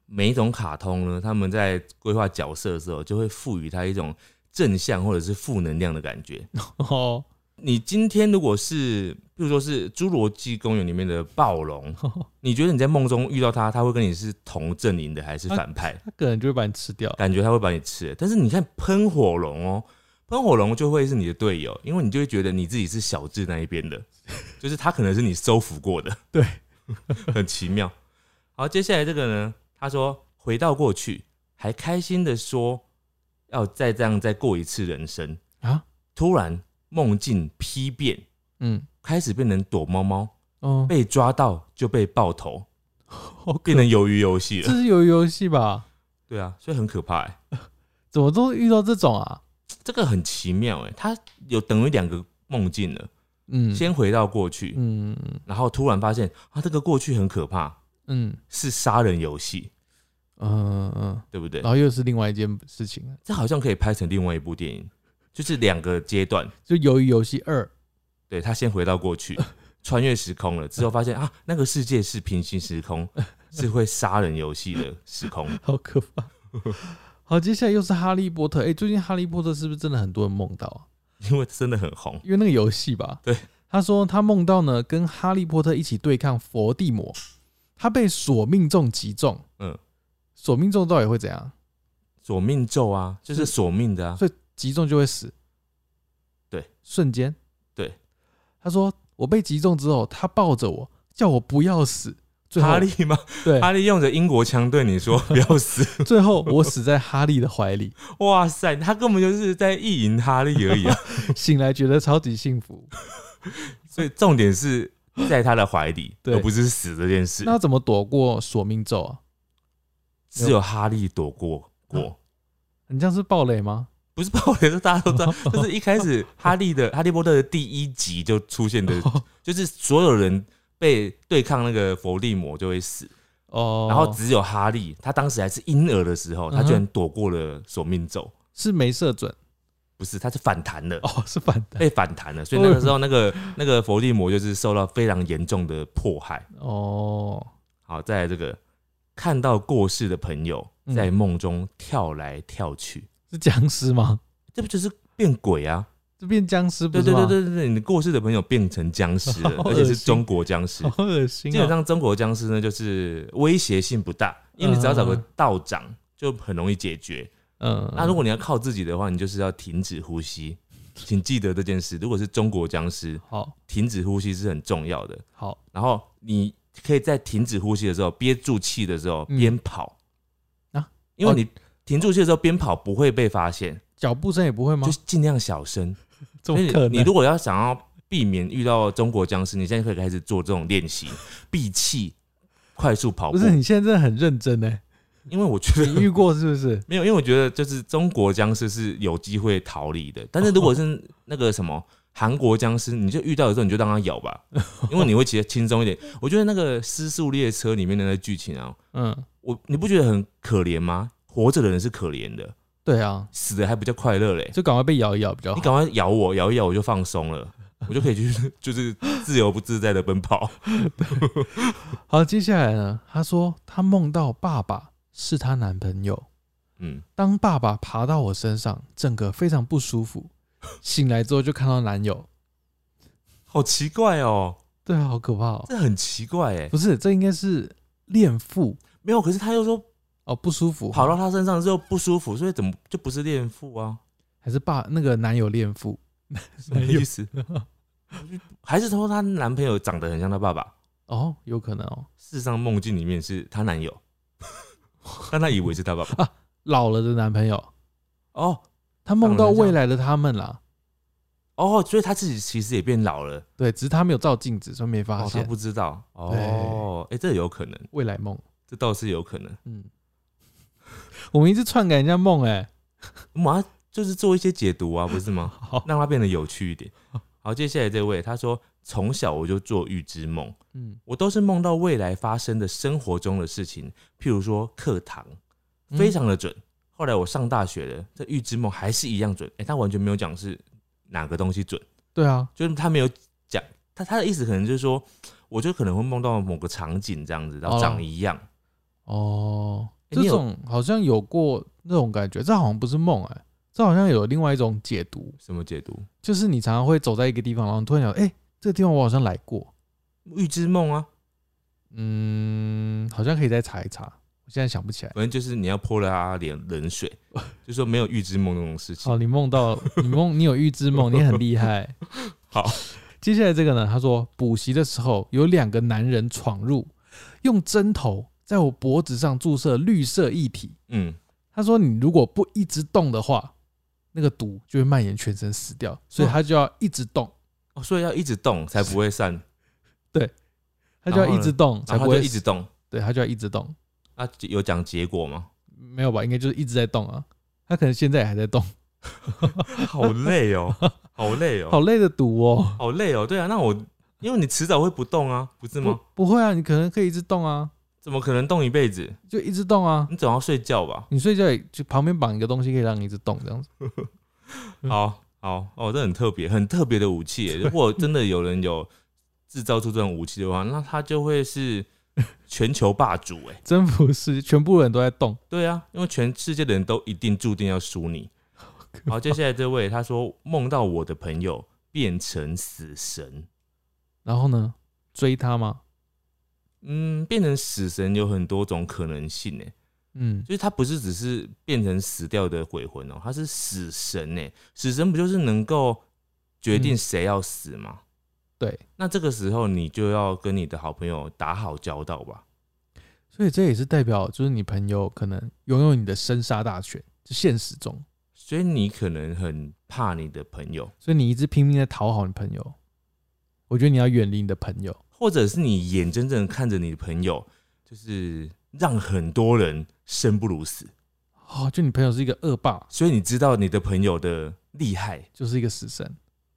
每一种卡通呢，他们在规划角色的时候，就会赋予它一种正向或者是负能量的感觉。哦， 你今天如果是，比如说是《侏罗纪公园》里面的暴龙，你觉得你在梦中遇到它，它会跟你是同阵营的还是反派？他可能就会把你吃掉。感觉它会把你吃了。但是你看喷火龙哦，喷火龙就会是你的队友，因为你就会觉得你自己是小智那一边的， 就是它可能是你收服过的， 对， 很奇妙。好，接下来这个呢，他说回到过去，还开心的说要再这样再过一次人生啊，突然梦境批变，嗯，开始变成躲猫猫，哦，被抓到就被爆头， 好可变成鱿鱼游戏这了。是游游戏吧？对啊，所以很可怕、欸。怎么都遇到这种啊？这个很奇妙哎、他有等于两个梦境了，嗯，先回到过去，嗯然后突然发现啊，这个过去很可怕，嗯是杀人游戏，嗯嗯，对不对然？后又是另外一件事情了，这好像可以拍成另外一部电影，就是两个阶段，就《鱿鱼游戏二》。对他先回到过 去，穿越时空了之后，发现啊，那个世界是平行时空，是会杀人游戏的时空。 好可怕。 好，接下来又是哈利波特。哎、最近哈利波特是不是真的很多人梦到啊？因为真的很红，因为那个游戏吧。对，他说他梦到呢，跟哈利波特一起对抗佛地魔，他被索命中击中。嗯，索命中到底会怎样？索命咒啊，就是索命的啊所，以击中就会死。对，瞬间。对，他说我被击中之后，他抱着我，叫我不要死。最后哈，利吗？对，哈利用着英国腔对你说不 要死，最后我死在哈利的怀 里，哇塞，他根本就是在意淫哈利而已啊！醒来觉得超级幸福。所以重点是在他的怀里，对而不是死这件事。那怎么躲过索命咒啊？只有哈利躲过嗯过，你这样是暴雷吗？不是暴雷，这大家都 知道，这是一开始哈利的《哈利波特》的第一集就出现的，哦就是所有人被对抗那个伏地魔就会死， 哦，然后只有哈利，他当时还是婴儿的时候，他居嗯然躲过了索命咒，是没射准不是，他是反弹了。哦，是反的被反弹了，所以那个时候，那个那个伏地魔就是受到非常严重的迫害。哦，好，再来这个看到过世的朋友在梦中跳来跳去，是僵尸吗？ 这不就是变鬼啊？这变僵尸不对是对吗？，对对对对，你的过世的朋友变成僵尸了好恶而心且是中国僵尸。好恶心、啊！基本上中国僵尸呢，就是威胁性不大，因为你只要找个道长就很容易解决。嗯，那如果你要靠自己的话，你就是要停止呼吸，请记得这件事。如果是中国僵尸，好停止呼吸是很重要的。好然后你可以在停止呼吸的时候，憋住气的时候嗯边跑、啊，因为你停住气的时候边跑不会被发现，脚步声也不会吗就？尽量小声。怎所么以可能？你如果要想要避免遇到中国僵尸，你现在可以开始做这种 练习，闭气，快速跑不步。是你现在真的很认真 呢？因为我觉你得遇过是不是？ 没有，因为我觉得就是中国僵尸是有机会逃离的，但是如果是那个什么。韩国僵尸，你就遇到的时候你就让它咬吧，因为你会觉得轻松一点。我觉得那个《失速列车》里面的那个剧情啊，嗯，我你不觉得很可怜吗？活着的人是可怜的，对啊，死的还比较快乐嘞。就赶快被咬一咬比较你好。赶快咬我，咬一咬我就放松了，我就可以去 就是自由不自在的奔跑。好，接下来呢？她说她梦到爸爸是她男朋友，嗯，当爸爸爬到我身上，整个非常不舒服。醒来之后就看到男友，好奇怪哦，对啊，好可怕哦！这很奇怪哎不。是，这应该是恋父没有，可是他又说哦，不舒服，跑到他身上之后不舒服，所以怎么就不是恋父啊？还是爸那个男友恋父，什么意思？还是说她男朋友长得很像她爸爸？哦，有可能哦，事实上，梦境里面是她男友， 但她以为是她爸爸。老了的男朋友，哦她梦到未来的他们啦，哦，所以她自己其实也变老了。对，只是她没有照镜子，所以没发哦，他现、不知道哦，哎、这有可能，未来梦。这倒是有可能。嗯， 我们一直篡改人家梦， 哎，我们要就是做一些解读啊，不是吗？ 好，让它变得有趣一点。好，接下来这位他说，从小我就做预知梦，嗯，我都是梦到未来发生的生活中的事情，譬如说课堂，嗯非常的准。后来我上大学了，这预知梦还是一样准。哎、他完全没有讲是哪个东西准，对啊，就是他没有讲，他他的意思可能就是说，我就可能会梦到某个场景这样子，然后哦长一样。哦，欸这你有种好像有过那种感觉，这好像不是梦，哎，这好像有另外一种解读，什么解读？就是你常常会走在一个地方，然后你突然想，哎、这个地方我好像来过，预知梦啊，嗯，好像可以再查一查，我现在想不起来。反正就是你要泼了他脸冷水， 就说没有预知梦这种事情。哦好，你梦到 你梦，你有预知梦，你很厉害。 好，接下来这个呢？他说补习的时候有两个男人闯入，用针头在我脖子上注射绿色液体。嗯，他说你如果不一直动的话，那个毒就会蔓延全身死掉，所以他就要一直动，哦，所以要一直动才不会散，他就要然后一呢直动才然不后会他就一直死动。对，他就要一直动，啊，有讲结果吗？没有吧？应该就是一直在动啊。他可能现在也还在动， 好累哦， 好累哦，好累的毒哦。好累哦。对啊，那我因为你迟早会不动啊，不是不吗？不会啊，你可能可以一直动啊，怎么可能动一辈子？就一直动啊。你总要睡觉吧？你睡觉也就旁边绑一个东西，可以让你一直动这样子。嗯好好哦，这很特别，很特别的武器 耶。如果真的有人有制造出这种武器的话，那他就会是全球霸主哎。征服世界，全部人都在动。对啊，因为全世界的人都一定注定要输你。好，接下来这位他说梦到我的朋友变成死神，然后呢，追他吗？嗯，变成死神有很多种可能性呢，欸嗯，就是他不是只是变成死掉的鬼魂哦、他欸是死神呢。死神不就是能够决定嗯谁要死吗？对，那这个时候你就要跟你的好朋友打好交道吧。所以这也是代表，就是你朋友可能拥有你的生杀大权，就现实中，所以你可能很怕你的朋友，所以你一直拼命的讨好你朋友。我觉得你要远离你的朋友，或者是你眼睁睁地看着你的朋友，就是让很多人生不如死。哦，就你朋友是一个恶霸，所以你知道你的朋友的厉害，就是一个死神。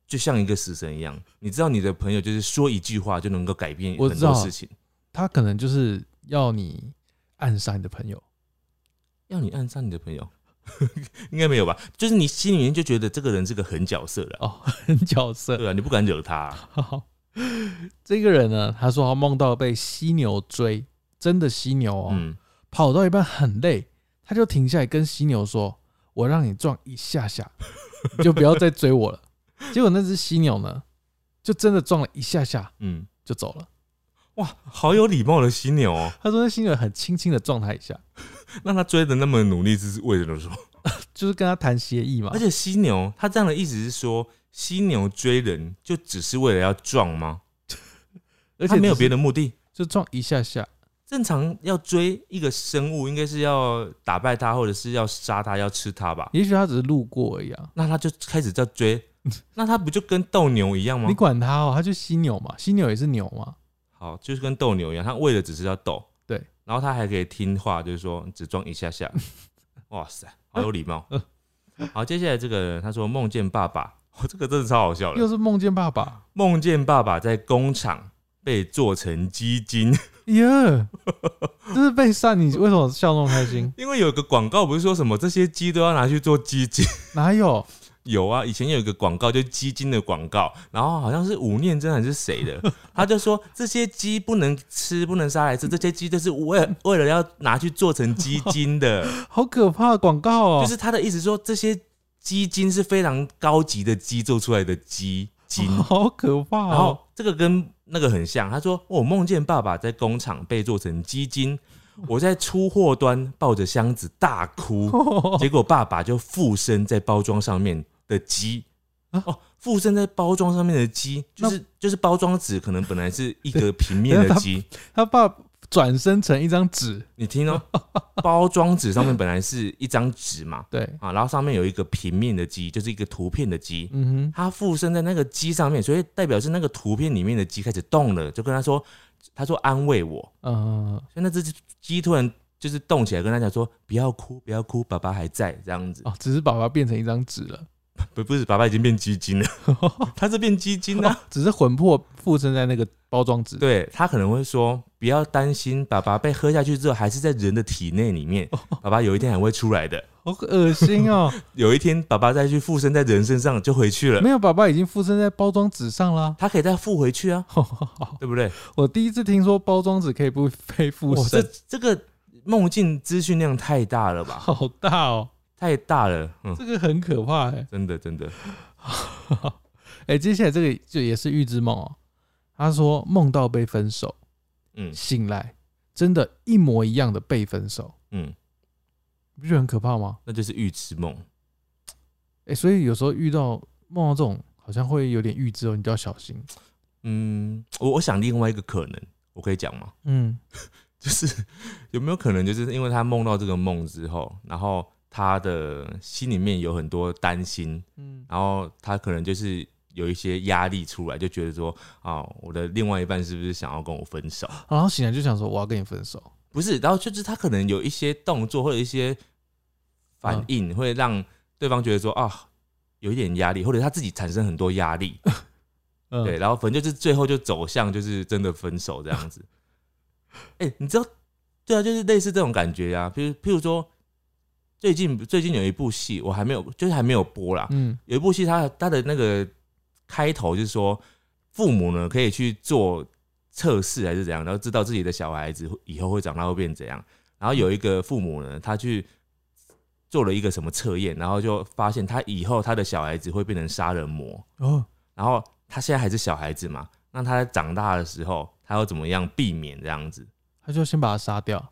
就像一个死神一样。你知道你的朋友就是说一句话就能够改变我很知多道事情。他可能就是要你暗杀你的朋友，要你暗杀你的朋友， 应该没有吧？就是你心里面就觉得这个人是个狠角色了，哦，很角色。对啊，你不敢惹他、好，这个人呢，他说他梦到被犀牛追，真的犀牛哦，嗯，跑到一半很累，他就停下来跟犀牛说：“我让你撞一下下，你就不要再追 我了。”结果那只犀牛呢，就真的撞了一下下嗯，就走了。哇，好有礼貌的犀牛哦，他说那犀牛很轻轻的撞他一下，让他追的那么努力，这是为了什么？就是跟他谈协议嘛而。且犀牛，他这样的意思是说，犀牛追人就只是为了要撞吗？而且他没有只是别的目的。就撞一下下，正常要追一个生物，应该是要打败它，或者是要杀它，要吃它吧？也许他只是路过而已啊。那他就开始叫 追，那他不就跟斗牛一样吗你？管他哦，他就犀牛嘛，犀牛也是牛嘛。好，就是跟斗牛一样，他为了只是要斗，对，然后他还可以听话，就是说只装一 下下，哇塞，好有礼貌。好，接下来这个人他说梦见爸爸，哦，这个真的超好笑又的，是梦见爸爸，梦见爸爸在工厂被做成鸡精，？耶、这是被扇，你为什么笑那么开心因为有个广告不是说什么这些鸡都要拿去做鸡精。 哪有？有啊，以前有一个广告，就鸡精的广告，然后好像是吴念真还是谁的， 他就说这些鸡不能吃，不能杀来吃，这些鸡就是为为了要拿去做成鸡精的，好可怕的广告哦！就是他的意思说这些鸡精是非常高级的鸡做出来的鸡精， 好可怕然后哦！这个跟那个很像，他说我梦见爸爸在工厂被做成鸡精，我在出货端抱着箱子大哭。哦结果爸爸就附身在包装上面的鸡。啊哦，附身在包装上面的鸡，就那是就是包装纸，可能本来是一个平面等一的下他鸡，他爸转身成一张纸，你听哦，包装纸上面本来是一张纸嘛，对，啊，然后上面有一个平面的鸡，就是一个图片的鸡，嗯它附身在那个鸡上面，所以代表是那个图片里面的鸡开始动了，就跟他说，他说安慰我，哼，嗯、所以那只鸡突然就是动起来，跟他讲说不要哭，不要哭，爸爸还在这样子，哦，只是爸爸变成一张纸了，不不是爸爸已经变 鸡精了，他是变鸡精了。哦只是魂魄附身在那个包装纸。对他可能会说：“不要担心，爸爸被喝下去之后还是在人的体内里面，哦爸爸有一天还会出来的。好恶心 哦！有一天，爸爸再去附身在人身上就回去了，没有，爸爸已经附身在包装纸上啦。 他可以再附回去啊，对不对？我第一次听说包装纸可以不被哦附哇，这身，这个梦境资讯量太大了吧，好大哦，太大了，嗯，这个很可怕哎、真的真的，哎、接下来这个就也是预知梦哦。他说梦到被分手，嗯醒来真的，一模一样的被分手，嗯，你不觉得很可怕吗？那就是预知梦。哎、所以有时候遇到梦到这种，好像会有点预知哦，你就要小心。嗯，我我想另外一个可能，我可以讲吗？ 嗯，就是有没有可能，就是因为他梦到这个梦之后，然后他的心里面有很多担心，嗯，然后他可能就是有一些压力出来，就觉得说啊、我的另外一半是不是想要跟我分手？然后醒来就想说我要跟你分手，不是，然后就是他可能有一些动作或者一些反应，会让对方觉得说啊，有一点压力，或者他自己产生很多压力，嗯，对，，然后反正就是最后就走向就是真的分手这样子。 哎、你知道，对啊，就是类似这种感觉啊，譬如譬如说。最近最近有一部戏，我还没有，就是还没有播啦。嗯，有一部戏，它它的那个开头就是说，父母呢可以去做测试还是怎样，然后知道自己的小孩子以后会长大会变怎样。然后有一个父母呢，他去做了一个什么测验，然后就发现他以后他的小孩子会变成杀人魔。哦，然后他现在还是小孩子嘛，那他长大的时候，他要怎么样避免这样子？他就先把他杀掉，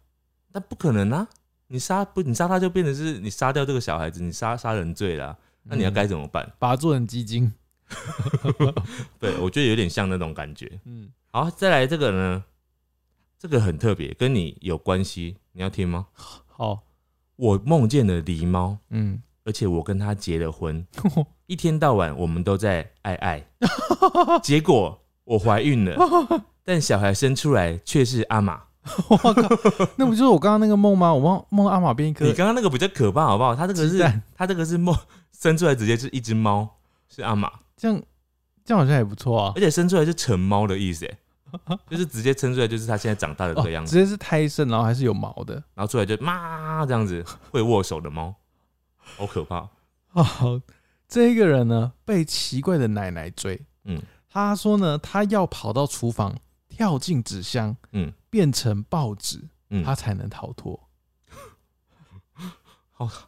那不可能啊！你杀不你杀他就变成是你杀掉这个小孩子，你杀杀人罪啦、那你要该嗯怎么办？把他做成鸡精，对，我觉得有点像那种感觉。嗯，好，再来这个呢，这个很特别，跟你有关系，你要听吗？好，我梦见了狸猫，嗯，而且我跟他结了婚，一天到晚我们都在爱爱，结果我怀孕了，但小孩生出来却是阿玛。我靠，那不就是我刚刚那个梦吗？我梦梦到阿玛变一颗你刚刚那个比较可怕，好不好？他这个鸡是蛋，他这个 是梦生出来直接是一只猫，是阿玛，这样这样好像也不错啊而。且生出来是成猫的意思，哎，就是直接生出来就是他现在长哎大的这个样哦子，直接是胎生，然后还是有毛的。然后出来就妈这样子会握手的猫，好可怕。 哦，这个人呢被奇怪的奶奶追，嗯，他说呢，他要跑到厨房，跳进纸箱，嗯，变成报纸，嗯他才能逃脱。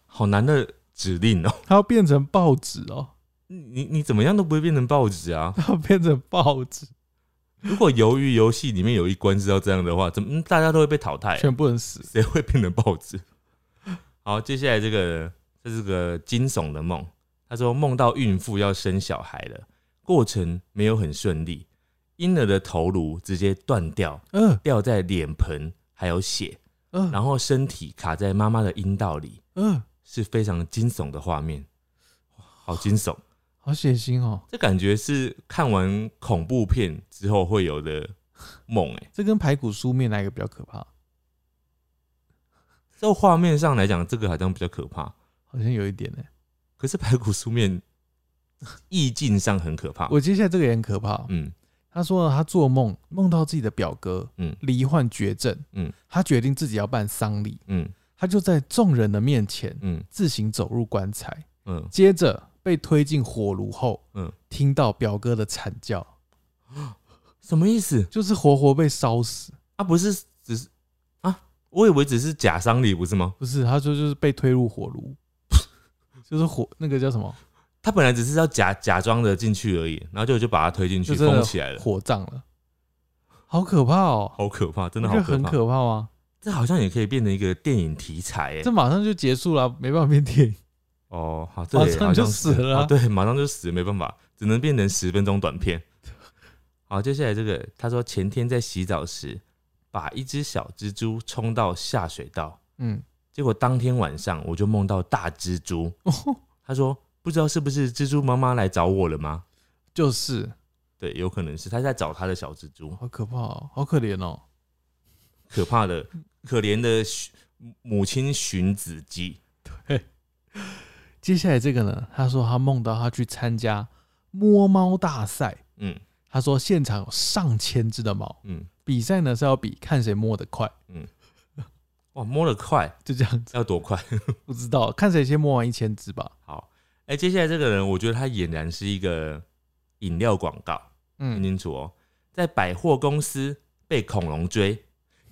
好难的指令哦、他要变成报纸哦， 你你你怎么样都不会变成报纸啊！他要变成报纸，如果鱿鱼游戏里面有一关是要这样的话，怎么嗯大家都会被淘汰、全部人死。谁会变成报纸？ 好，接下来这个这是个惊悚的梦。他说梦到孕妇要生小孩了，过程没有很顺利，婴儿的头颅直接断掉，嗯掉在脸盆，还有血，嗯然后身体卡在妈妈的阴道里，嗯，是非常惊悚的画面，哇好惊悚！好血腥哦，这感觉是看完恐怖片之后会有的梦、欸，哎，这跟排骨酥面哪一个比较可怕？就画面上来讲，这个好像比较可怕。好像有一点呢、可是排骨酥面意境上很可怕。我接下来这个也很可怕哦，啊嗯，他说呢，他做梦梦到自己的表哥，嗯罹患绝症，嗯，他决定自己要办丧礼，嗯他就在众人的面前嗯自行走入棺材，嗯，接着被推进火炉后，嗯听到表哥的惨叫，什么意思？就是活活被烧死，啊，不是只是啊，我以为只是假丧礼，不是吗？不是，他说就是被推入火炉， 就是火那个叫什么，他本来只是要假假装的进去而已，然后就就把他推进就去真的封起来了，火葬了，好可怕哦，哎好可怕，真的我好觉得可很怕。可怕吗？这好像也可以变成一个电影题材哎这。马上就结束了，没办法变 电影，哦，好，马对，上好就像死了啊哦对，马上就死，没办法，只能变成十分钟短片。好，接下来这个，他说前天在洗澡时，把一只小蜘蛛冲到下水道，嗯，结果当天晚上我就梦到大蜘蛛，哦他说不知道是不是蜘蛛妈妈来找我了吗？就是对，有可能是他在找他的小蜘蛛，好可怕哦，好可怜哦，可怕的、可怜的寻母亲寻子记。接下来这个呢，他说他梦到他去参加摸猫大赛，嗯他说现场有上千只的猫，嗯，比赛呢是要比看谁摸得快，哇，摸得快，就这样子，要多快？ 不知道 看谁先摸完一千只吧。好，哎、接下来这个人，我觉得他俨然是一个饮料广告，听嗯，清楚哦，在百货公司被恐龙追，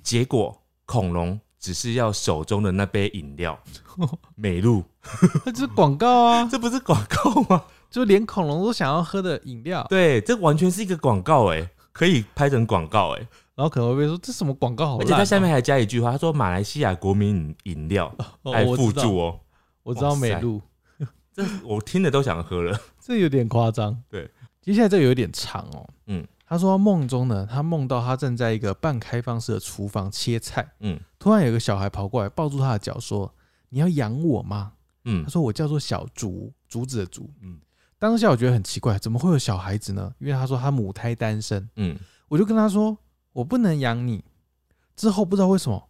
结果恐龙只是要手中的那杯饮 料，美露，那就是广告啊， 这不是广告吗？就连恐龙都想要喝的饮料，对，这完全是一个广告哎、可以拍成广告哎、然后可能会被说这什么广告好而烂且哦、他下面还加一句话，他说马来西亚国民饮饮料哦还我附知道注哦，我知道美露，这我听了都想喝了。这有点夸张。对，接下来这个有点长哦。嗯，他说他梦中呢，他梦到他正在一个半开放式的厨房切菜，嗯突然有个小孩跑过来抱住他的脚说：“你要养我吗？”嗯他说我叫做小竹，竹子的竹。嗯当下我觉得很奇怪，怎么会有小孩子呢？因为他说他母胎单身，嗯，我就跟他说我不能养你。之后不知道为什么，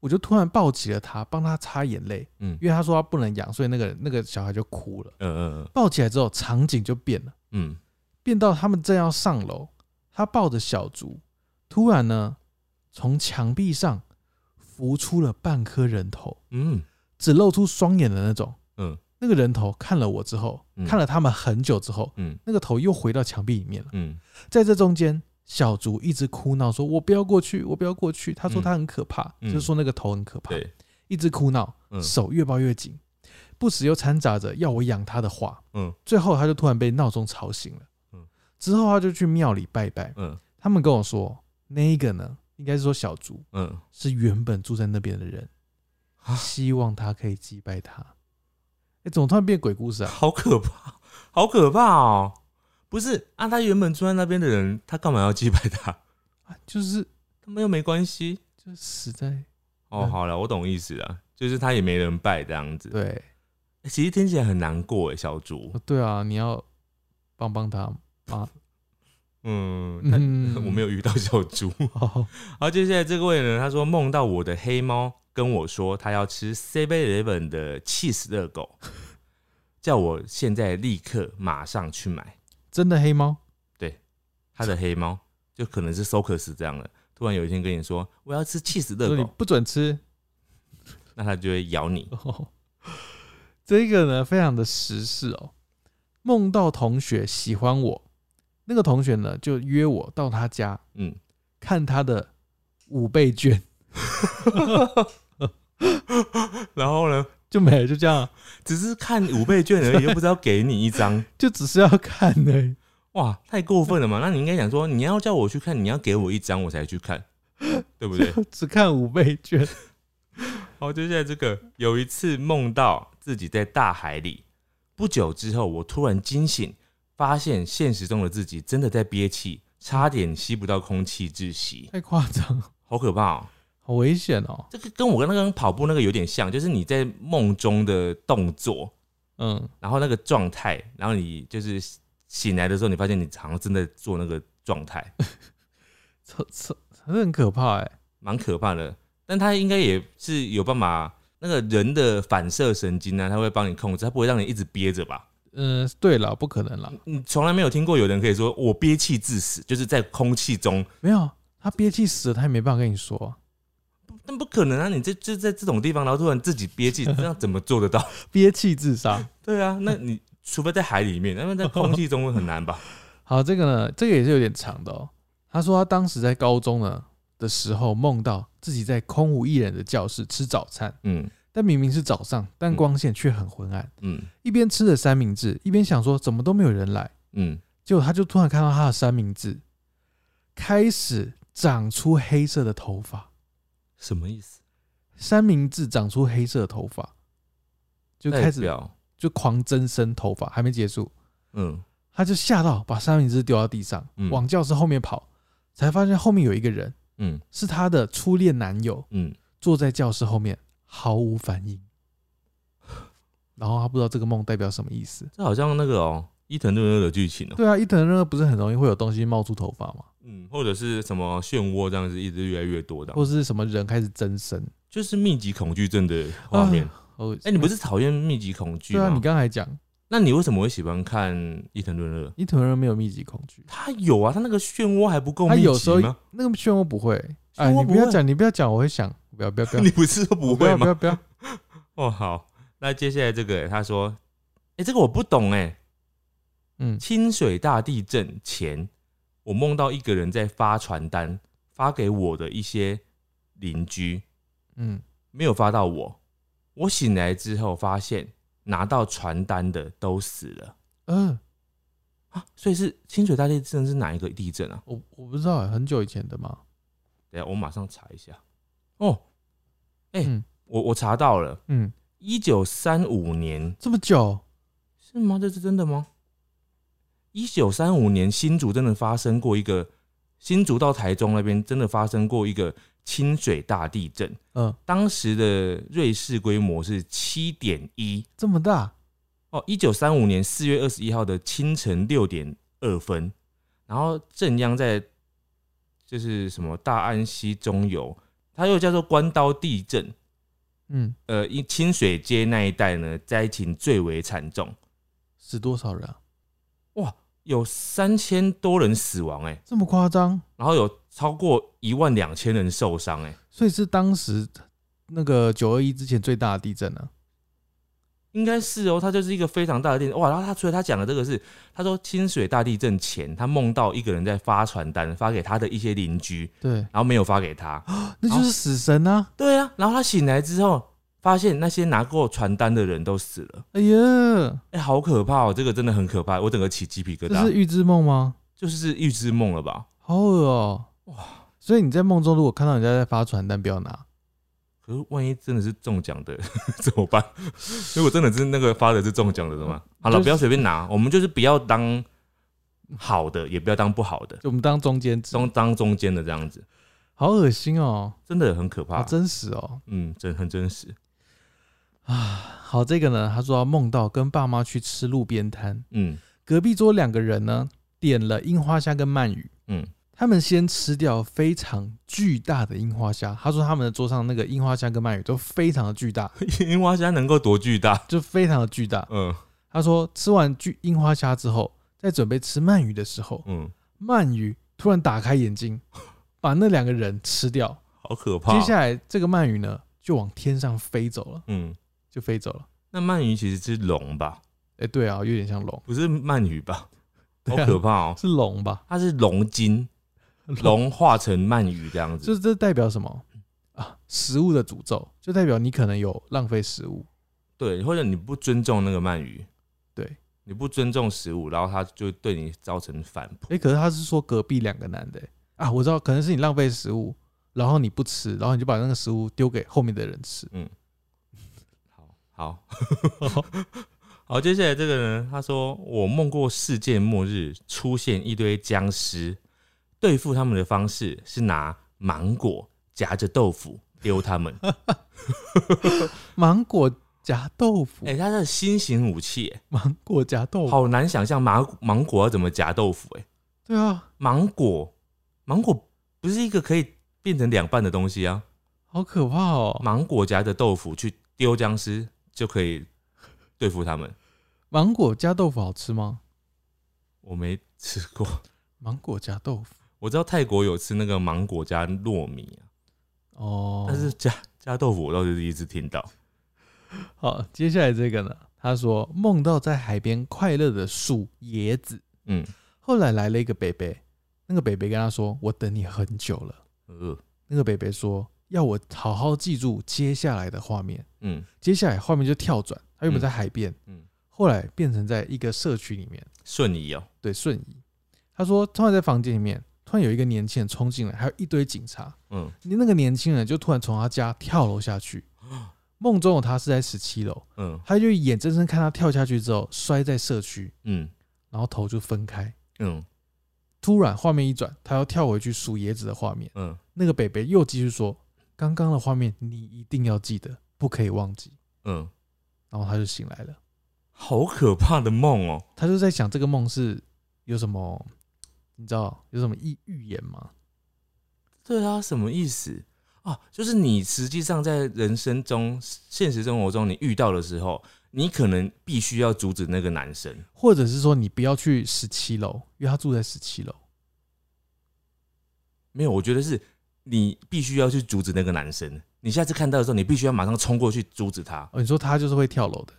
我就突然抱起了他，帮他擦眼泪。嗯因为他说他不能养，所以那个那个小孩就哭了。嗯嗯抱起来之后，场景就变了，嗯变到他们正要上楼，他抱着小竹，突然呢，从墙壁上浮出了半颗人头。嗯只露出双眼的那种。嗯，那个人头看了我之后，嗯看了他们很久之后，嗯那个头又回到墙壁里面了。嗯在这中间，小竹一直哭闹说：“我不要过去，我不要过去。”他说嗯他很可怕，嗯就是说那个头很可怕，对，一直哭闹，嗯手越抱越紧，不时又掺杂着要我养他的话。嗯最后他就突然被闹钟吵醒了。嗯之后他就去庙里拜拜。嗯他们跟我说，那一个呢，应该是说小竹嗯，是原本住在那边的人，啊希望他可以击败他。哎、怎么突然变鬼故事啊？好可怕，好可怕哦！不是啊，他原本住在那边的人，他干嘛要祭拜他？ 啊就是他们又没关系。就死在哦，嗯好了，我懂意思了，就是他也没人拜这样子。对欸其实听起来很难过哎，小猪。对啊，你要帮帮 他啊，嗯，他嗯 我没有遇到小猪。好，好，接下来这位呢，他说梦到我的黑猫跟我说，他要吃 Seven Eleven 的 cheese 热狗，叫我现在立刻马上去买。真的黑猫他的黑猫就可能是 Socus 这样的，突然有一天跟你说我要吃 cheese 说热你狗，不准吃，那他就会咬你。哦，这个呢非常的时事哦。梦到同学喜欢我，那个同学呢就约我到他家嗯，看他的五倍券， 然后呢，就没了，就这样，只是看五倍券而已，又不知道给你一张，就只是要看而已。哇，太过分了嘛！那你应该讲说，你要叫我去看，你要给我一张我才去看，对不对？只看五倍券，好，接下来这个，有一次梦到自己在大海里，不久之后我突然惊醒，发现现实中的自己真的在憋气，差点吸不到空气窒息，太夸张了，好可怕哦！ 好危险哦。这个跟我刚刚跑步那个有点像，就是你在梦中的动作，嗯，然后那个状态，然后你就是醒来的时候，你发现你好像真的做那个状态，这这这很可怕哎、蛮可怕的。但他应该也是有办法，那个人的反射神经呢、啊，他会帮你控制，他不会让你一直憋着吧？嗯、对了，不可能啦，你从来没有听过有人可以说我憋气致死，就是在空气中，没有他憋气死了，他也没办法跟你说啊、但不可能啊！你这就在这种地方，然后突然自己憋气，这样怎么做得到？ 憋气自杀。对啊，那你除非在海里面，那么在空气中会很难吧？ 好，这个呢，这个也是有点长的哦。他说他当时在高中呢的时候，梦到自己在空无一人的教室吃早餐，嗯但明明是早上，但光线却很昏暗。嗯一边吃着三明治，一边想说怎么都没有人来，嗯，结果他就突然看到他的三明治开始长出黑色的头发，什么意思？三明治长出黑色的头发，就开代始表就狂增生头发，还没结束，嗯他就吓到把三明治丢到地上，嗯往教室后面跑，才发现后面有一个人。嗯是她的初恋男友嗯，坐在教室后面毫无反 应，然后她不知道这个梦代表什么意思。这好像那个哦，伊藤润二的剧情哦，对啊，伊藤润二不是很容易会有东西冒出头发吗？嗯，或者是什么漩涡这样子，一直越来越多的，或是什么人开始增生？就是密集恐惧症的画面。哦，哎、你不是讨厌密集恐惧对啊？吗你？刚才讲那你为什么会喜欢看伊藤润二？伊藤润二没有密集恐惧，他有啊，他那个漩涡还不够他密有集时候吗？那个漩涡不会。哎，漩涡你不不要会讲，你不要讲，我会想，不要不要不要，你不是说我不不会要不吗？要不要，哦，好，那接下来这个、他说，哎、这个我不懂哎、嗯，清水大地震前，我梦到一个人在发传单，发给我的一些邻居，嗯，没有发到我。我醒来之后发现，拿到传单的都死了呃，啊！所以是清水大地震是哪一个地震啊？我我不知道，很久以前的嘛，等一下我马上查一下。哦，哎、嗯我我查到了，嗯，一九三五年这么久，是吗？这是真的吗？一九三五年新竹真的发生过一个，新竹到台中那边真的发生过一个清水大地震，嗯，当时的瑞士规模是七点一这么大，哦，一九三五年四月二十一号的清晨六点二分，然后正央在就是什么大安溪中游，它又叫做关刀地震，嗯，呃，因清水街那一带呢灾情最为惨重。死多少人啊？有三千多人死亡、欸，哎，这么夸张？然后有超过一万两千人受伤、欸，哎，所以是当时那个九二一之前最大的地震啊呢、应该是哦，它就是一个非常大的地震哇。然后他除了他讲的这个是，他说清水大地震前，他梦到一个人在发传单，发给他的一些邻居，对，然后没有发给他。那就是死神啊！对啊，然后他醒来之后，发现那些拿过传单的人都死了，哎呀，哎、好可怕哦，这个真的很可怕，我整个起鸡皮疙这瘩是，预知梦吗？就是预知梦了吧？好恶哦、哇！所以你在梦中如果看到人家在发传单，不要拿。可是万一真的是中奖的 怎么办？如果真的是那个发的是中奖的怎么办？好了，就是不要随便拿，我们就是不要当好的，也不要当不好的，就我们当中间值，当当中间的这样子，好恶心哦，真的很可怕。好真实哦。嗯，真很真实。好，这个呢，他说他梦到跟爸妈去吃路边摊， 嗯隔壁桌两个人呢点了樱花虾跟鳗鱼，嗯，他们先吃掉非常巨大的樱花虾。他说他们的桌上那个樱花虾跟鳗鱼都非常的巨大， 樱花虾能够多巨大？就非常的巨大。嗯他说吃完巨樱花虾之后，在准备吃鳗鱼的时候，嗯，鳗鱼突然打开眼睛， 把那两个人吃掉。好可怕。接下来这个鳗鱼呢就往天上飞走了，嗯，就飞走了。那鳗鱼其实是龙吧？哎、对啊，有点像龙，不是鳗鱼吧？好对啊可怕哦、是龙吧？它是龙筋，龙化成鳗鱼这样子。就这代表什么啊？食物的诅咒，就代表你可能有浪费食物。对，或者你不尊重那个鳗鱼，对，你不尊重食物，然后它就对你造成反哎、扑。可是他是说隔壁两个男的、欸啊，我知道，可能是你浪费食物，然后你不吃，然后你就把那个食物丢给后面的人吃。好好 好，接下来这个呢，他说我梦过世界末日出现一堆僵尸，对付他们的方式是拿芒果夹着豆腐丢他们。芒果夹豆腐，哎、它是新型武器、欸，芒果夹豆腐，好难想象芒芒果要怎么夹豆腐、欸。哎，对啊，芒果芒果不是一个可以变成两半的东西啊。好可怕哦！芒果夹着豆腐去丢僵尸，就可以对付他们。芒果夹豆腐好吃吗？我没吃过， 芒果夹豆腐我知道泰国有吃那个芒果加糯米啊，哦，但是加加豆腐我倒是第一次听到。好，接下来这个呢？他说梦到在海边快乐的数椰子，嗯，后来来了一个北北，那个北北跟他说：“我等你很久了。”呃，那个北北说要我好好记住接下来的画面。嗯，接下来画面就跳转，他原本嗯在海边，嗯后来变成在一个社区里面，瞬移哦，对，瞬移。他说突然在房间里面，突然有一个年轻人冲进来，还有一堆警察。嗯，那个年轻人就突然从他家跳楼下 去。梦中的他是在十七楼，嗯他就眼睁睁看他跳下去之后摔在社区，嗯然后头就分开。嗯突然画面一转，他要跳回去数椰子的画面。嗯，那个北北又继续说：“刚刚的画面你一定要记得，不可以忘记。嗯，”然后他就醒来了，好可怕的梦哦。他就在想这个梦是有什么，你知道有什么预预言吗？对啊，什么意思啊？就是你实际上在人生中、现实生活中，你遇到的时候，你可能必须要阻止那个男生。或者是说你不要去十七楼，因为他住在十七楼。没有，我觉得是你必须要去阻止那个男生。你下次看到的时候，你必须要马上冲过去阻止他。哦，你说他就是会跳楼的，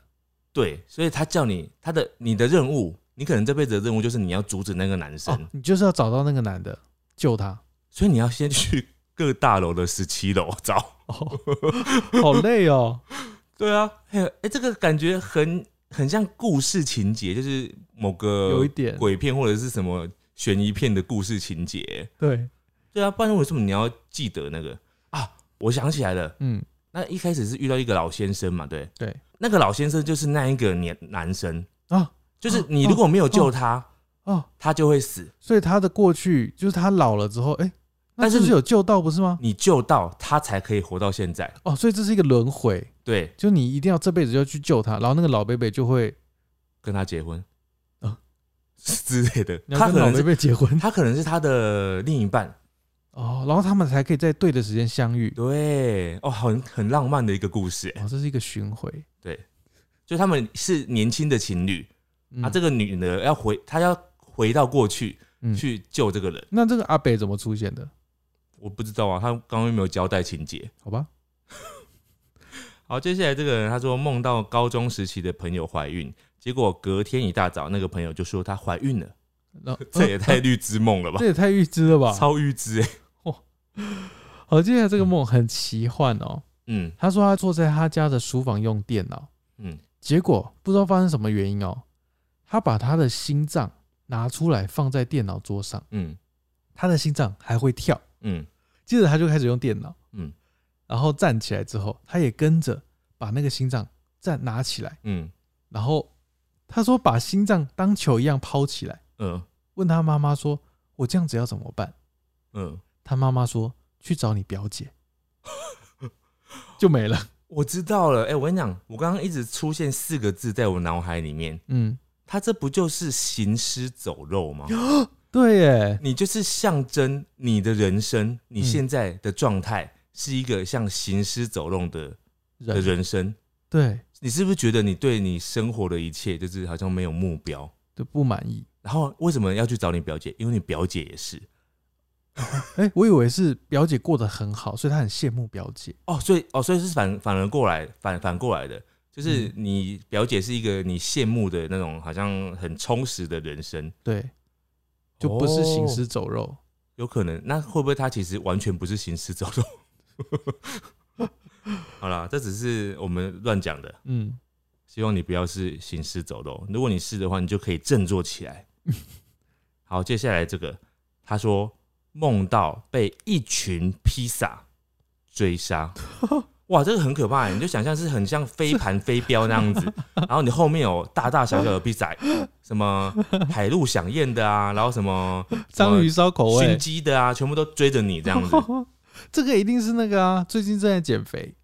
对，所以他叫你他的你的任务，你可能这辈子的任务就是你要阻止那个男生，哦，你就是要找到那个男的救他。所以你要先去各大楼的十七楼找。哦， 好累哦。对啊，哎、哎，这个感觉很很像故事情节，就是某个有一点鬼片或者是什么悬疑片的故事情节。对，对啊，不然为什么你要记得那个啊？我想起来了，嗯，那一开始是遇到一个老先生嘛，对，对那个老先生就是那一个年男生啊，就是你如果没有救他，哦，他就会死；所以他的过去就是他老了之后，哎、那但是是不是有救到不是吗？你救到他才可以活到现在。哦，所以这是一个轮回，对，就你一定要这辈子就去救他，然后那个老贝贝就会，跟他结婚啊啊之类的，你要他跟可老能贝是贝结 婚他可能是他的另一半。哦，然后他们才可以在对的时间相遇。对，哦，很很浪漫的一个故事，欸哦，这是一个巡回、就他们是年轻的情侣，嗯、啊，这个女的要回，她要回到过去嗯去救这个人，那这个阿北怎么出现的？我不知道啊，她刚刚又没有交代情节。好吧，好，接下来这个人他说梦到高中时期的朋友怀孕，结果隔天一大早那个朋友就说她怀孕了， 然后这也太啊预知梦了吧这，也太预知了吧？超预知哎、好，接下来这个梦很奇幻哦。嗯他说他坐在他家的书房用电脑，嗯，结果不知道发生什么原因哦，他把他的心脏拿出来放在电脑桌上，嗯他的心脏还会跳。嗯接着他就开始用电脑，嗯然后站起来之后，他也跟着把那个心脏站拿起来，嗯然后他说把心脏当球一样抛起来，嗯，问他妈妈说：“我这样子要怎么办嗯，？”他妈妈说：“去找你表姐。”就没了。我知道了。哎、我跟你讲，我刚刚一直出现四个字在我脑海里面，嗯，他这不就是行尸走肉吗？ 对耶，你就是象征你的人生，你嗯现在的状态是一个像行尸走肉的的人人生。对你是不是觉得你对你生活的一切就是好像没有目标？就不满意。然后为什么要去找你表姐？因为你表姐也是哎、我以为是表姐过得很好，所以她很羡慕表姐。哦，所以哦，所以是反反而过来反反过来的，就是嗯你表姐是一个你羡慕的那种，好像很充实的人生，对，就不是行尸哦走肉。有可能。那会不会她其实完全不是行尸走肉？ 好啦，这只是我们乱讲的，嗯，希望你不要是行尸走肉。如果你是的话，你就可以振作 起来。好，接下来这个，他说梦到被一群披萨追 杀，哇，这个很可怕耶！你就想象是很像飞盘飞镖那 样子，然后你后面有大大小小的披萨，什么海陆响宴的啊，然后什么章鱼烧口熏味，鸡的啊，全部都追着你这样 子。这个一定是那个啊，最近正在减肥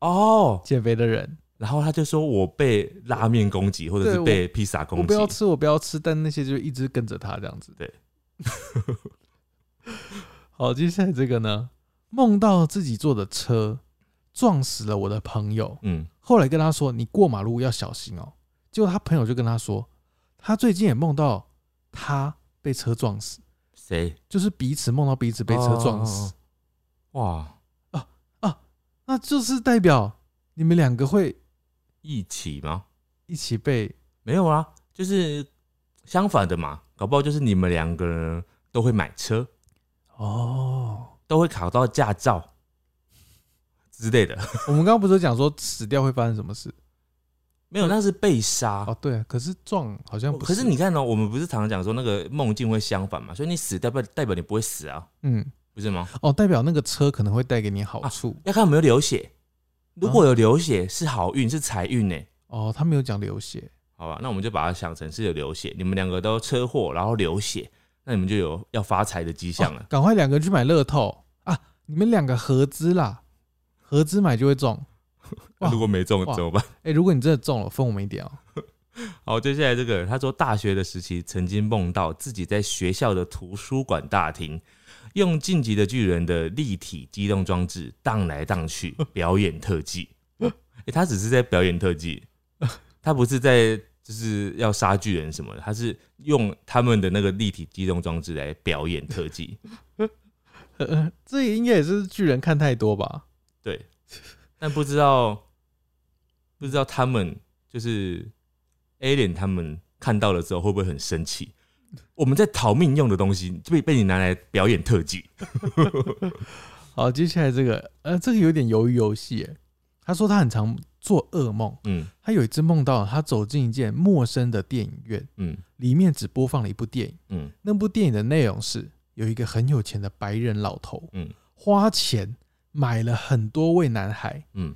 哦，减肥的人，然后他就说我被拉面攻击，或者对是我被披萨我攻不击，要吃，我不要吃，但那些就一直跟着他这样子。对， 好，接下来这个呢，梦到自己坐的车撞死了我的朋友，嗯。后来跟他说你过马路要小心哦，结果他朋友就跟他说，他最近也梦到他被车撞死，谁就是彼此梦到彼此被车撞死。哦哇，那就是代表你们两个会一起吗？一起被没有啊，就是相反的嘛，搞不好就是你们两个人都会买车，哦。都会考到驾照之类的。 我们刚刚不是讲说死掉会发生什么事？没有，那是被杀。哦，对啊，可是撞好像不可是你看呢、哦我们不是常常讲说那个梦境会相反嘛，所以你死代表代表你不会死啊，嗯不是吗？哦，代表那个车可能会带给你好处、要看有没有流血，如果有流血是好运，是财运呢。哦。他没有讲流血好吧，那我们就把它想成是有流血，你们两个都车祸，然后流血，那你们就有要发财的迹象哦了。赶快两个人去买乐透啊！你们两个合资啦，合资买就会中。哇那如果没中哇怎么办？ 哎、如果你真的中了，分我们一点哦。好，接下来这个，他说大学的时期曾经梦到自己在学校的图书馆大厅，用《晋级的巨人》的立体机动装置荡来荡去表演特技。诶他只是在表演特技，他不是在就是要杀巨人什么的，他是用他们的那个立体机动装置来表演特技。呃，这也应该也是巨人看太多吧？对，但不知道不知道他们就是 Alien 他们看到了之后会不会很生气？我们在逃命用的东西被被你拿来表演特技，好，接下来这个，呃，这个有点鱿鱼游戏耶。他说他很常做噩梦，嗯他有一次梦到他走进一间陌生的电影院，嗯里面只播放了一部电影。嗯，那部电影的内容是有一个很有钱的白人老头，嗯，花钱买了很多位男孩，嗯，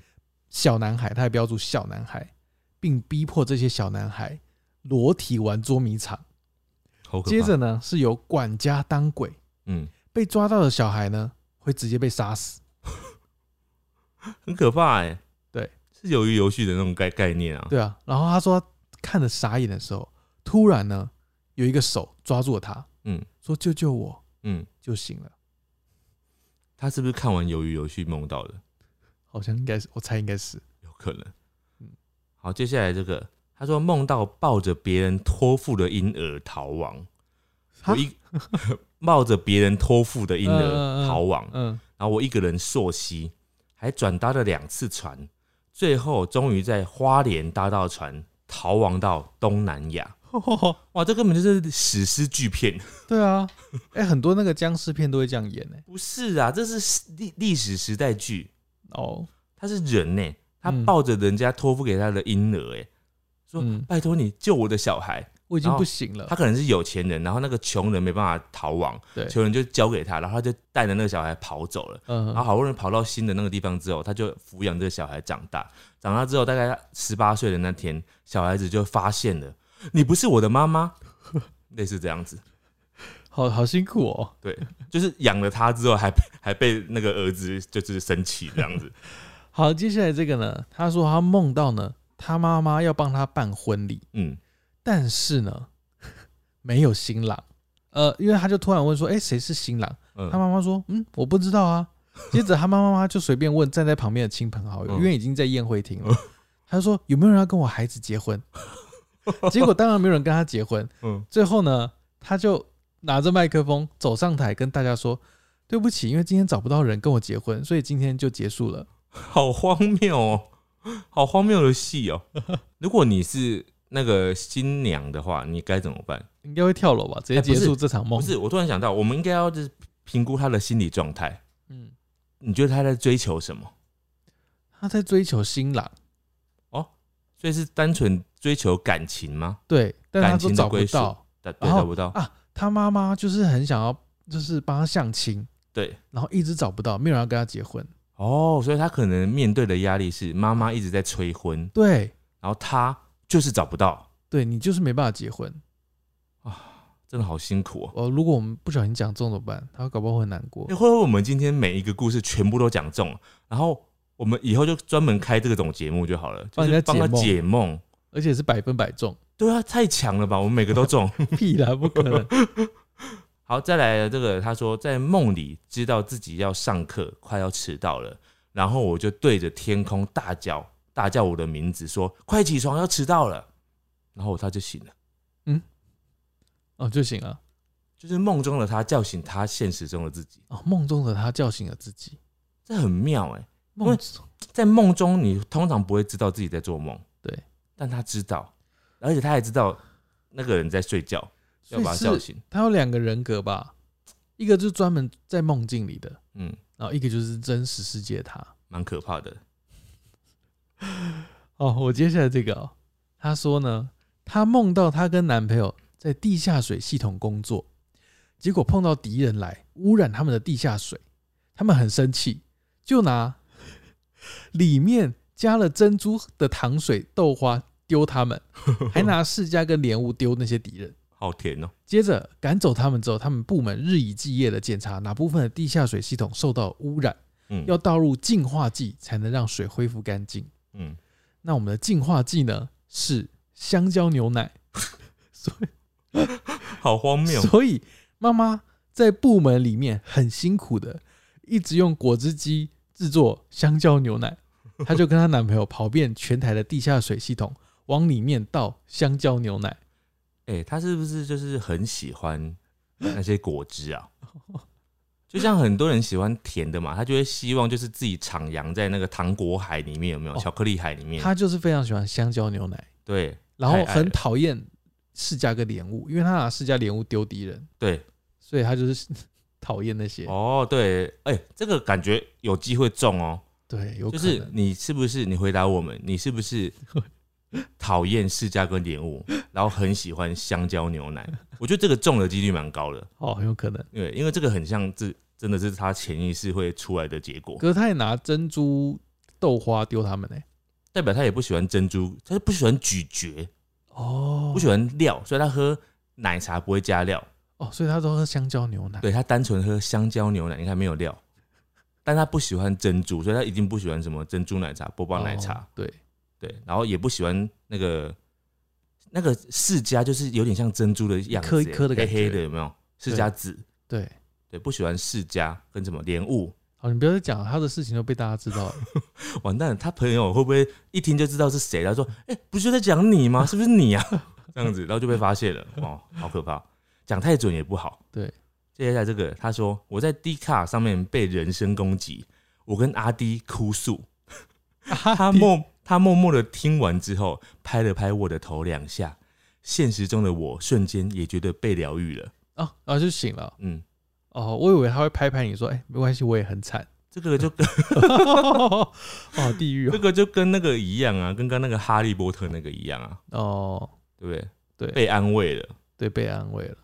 小男孩，他还标注小男孩，并逼迫这些小男孩裸体玩捉迷藏。好可怕。接着，呢，是由管家当鬼，嗯，被抓到的小孩呢会直接被杀死。很可怕哎、对，是鱿鱼游戏的那种概概念啊。对啊，然后他说他看了傻眼的时候，突然呢有一个手抓住了他，嗯说救救我嗯，就行了。他是不是看完鱿鱼游戏梦到的？好像应该是，我猜应该是。有可能嗯。好，接下来这个，他说梦到抱着别人托付的婴儿逃亡，哈我一 冒着别人托付的婴嗯嗯嗯儿逃亡， 嗯，然后我一个人溯溪，还转搭了两次船，最后终于在花莲搭到船，逃亡到东南亚。哇，这根本就是史诗巨片！对啊， 哎、很多那个僵尸片都会这样演欸呢、不是啊，这是历历史时代剧，哦，他是人呢、他嗯抱着人家托付给他的婴儿、哎，说、嗯拜托你救我的小孩。我已经然后不行了他。可能是有钱人，然后那个穷人没办法逃亡，对，穷人就交给他，然后他就带着那个小孩跑走了。嗯然后好不容易跑到新的那个地方之后，他就抚养这个小孩长大。长大之后，大概十八岁的那天，小孩子就发现了：“你不是我的妈妈。” 类似这样子，好好辛苦哦。就是养了他之后还被还被那个儿子就是生气这样子，好，接下来这个呢，他说他梦到呢，他妈妈要帮他办婚礼，嗯，但是呢， 没有新郎。呃，因为他就突然问说：“哎、谁是新郎？”嗯他妈妈说：“嗯，我不知道啊。” 接着他妈妈妈就随便问站在旁边的亲朋好友，嗯因为已经在宴会厅了，他就说：“有没有人要跟我孩子结 婚？”结果当然没有人跟他结婚。嗯最后呢，他就拿着麦克风走上台跟大家说：“对不起，因为今天找不到人跟我结婚，所以今天就结束了。好荒谬哦，好荒谬的戏哦。如果你是那个新娘的话，你该怎么办？”应该会跳楼吧？直接哎不结是束这场梦、不是，我突然想到，我们应该要就是评估他的心理状态。嗯，你觉得他在追求什么？他在追求新郎，所以是单纯追求感情吗？对，但他感都情的找不归属到。对，然后找不到。啊，他妈妈就是很想要，就是帮他相亲，对，然后一直找不到，没有人要跟他结婚。哦，所以他可能面对的压力是妈妈一直在催婚，对，然后他就是找不到，对你就是没办法结婚。真的好辛苦哦。哦，如果我们不小心讲中怎么办？他搞不好会很难过欸、。会不会我们今天每一个故事全部都讲中了，然后我们以后就专门开这个种节目就好了，就帮人是家帮他解梦解梦。而且是百分百 中，对啊，太强了吧！我们每个都中。屁啦，不可能。好，再来这个，他说在梦里知道自己要上课，快要迟到了，然后我就对着天空大叫，大叫我的名字，说快起床，要迟到了。然后他就醒了，哦，就行了。就是梦中的他叫醒他现实中的自己，哦，梦中的他叫醒了自己。这很妙哎、梦喂中在梦中你通常不会知道自己在做梦，对，但他知道，而且他还知道那个人在睡觉，要把他所叫以是醒。他有两个人格吧，一个就是专门在梦境里的，嗯，然后一个就是真实世界的他。蛮可怕的。哦，我接下来这个、哦，她说呢，她梦到她跟男朋友在地下水系统工作，结果碰到敌人来污染他们的地下水，他们很生气，就拿里面加了珍珠的糖水豆花丢他们，还拿世家跟莲雾丢那些敌人。好甜哦、接着赶走他们之后，他们部门日以继夜的检查哪部分的地下水系统受到污染，嗯，要倒入净化剂才能让水恢复干净。嗯，那我们的净化剂呢是香蕉牛奶，所好荒以谬。哦所以妈妈在部门里面很辛苦的，一直用果汁机制作香蕉牛奶。她就跟她男朋友跑遍全台的地下水系统，往里面倒香蕉牛奶。哎、他是不是就是很喜欢那些果汁啊？ 就像很多人喜欢甜的嘛，他就会希望就是自己徜徉在那个糖果海里面，有没有？哦巧克力海里面，她就是非常喜欢香蕉牛奶，对然后嗯太爱很了讨厌释迦跟莲雾，因为她拿释迦莲雾丢敌人，对，所以她就是 讨厌那些。哦对，哎、这个感觉有机会中哦。对，有可就能。是你是不是你回答我们，你是 不是讨厌释迦跟莲雾，然后很喜欢香蕉牛奶？我觉得这个中的几率蛮高的，哦，很有可能。对，因为这个很像这真的是他潜意识会出来的结果。可是她也拿珍珠豆花丢他们欸呢、代表他也不喜欢珍珠，他是不喜欢咀嚼，哦不，喜欢料，所以他喝奶茶不会加料，哦，所以他都喝香蕉牛奶。对他单纯喝香蕉牛奶，你看没有料，但他不喜欢珍珠，所以他一定不喜欢什么珍珠奶茶、波哦，霸奶茶，对，对，然后也不喜欢那个那个世家，就是有点像珍珠的样子，一颗一颗的感觉黑黑的有没有？世家籽，对。对，不喜欢世家跟什么莲雾，好，你不要再讲了他的事情都被大家知道 了。完蛋了，他朋友会不会一听就知道是谁？他说：“哎、不是就在讲 你吗？是不是你啊？” 这样子，然后就被发现了，哦，好可怕！讲太准也不好。对，接下来这个，他说我在 D 卡上面被人身攻击，我跟阿 D 哭诉， 他默他默默的听完之后，拍了拍我的头两下，现实中的我瞬间也觉得被疗愈了。哦，然后就醒了。嗯，哦，我以为他会拍拍你说，哎、没关系，我也很 惨。这个就哎哦，地狱 这哦。个就跟那个一样啊，跟刚那个哈利波特那个一样啊，哦，对不对？对被安慰了。对，被安慰了。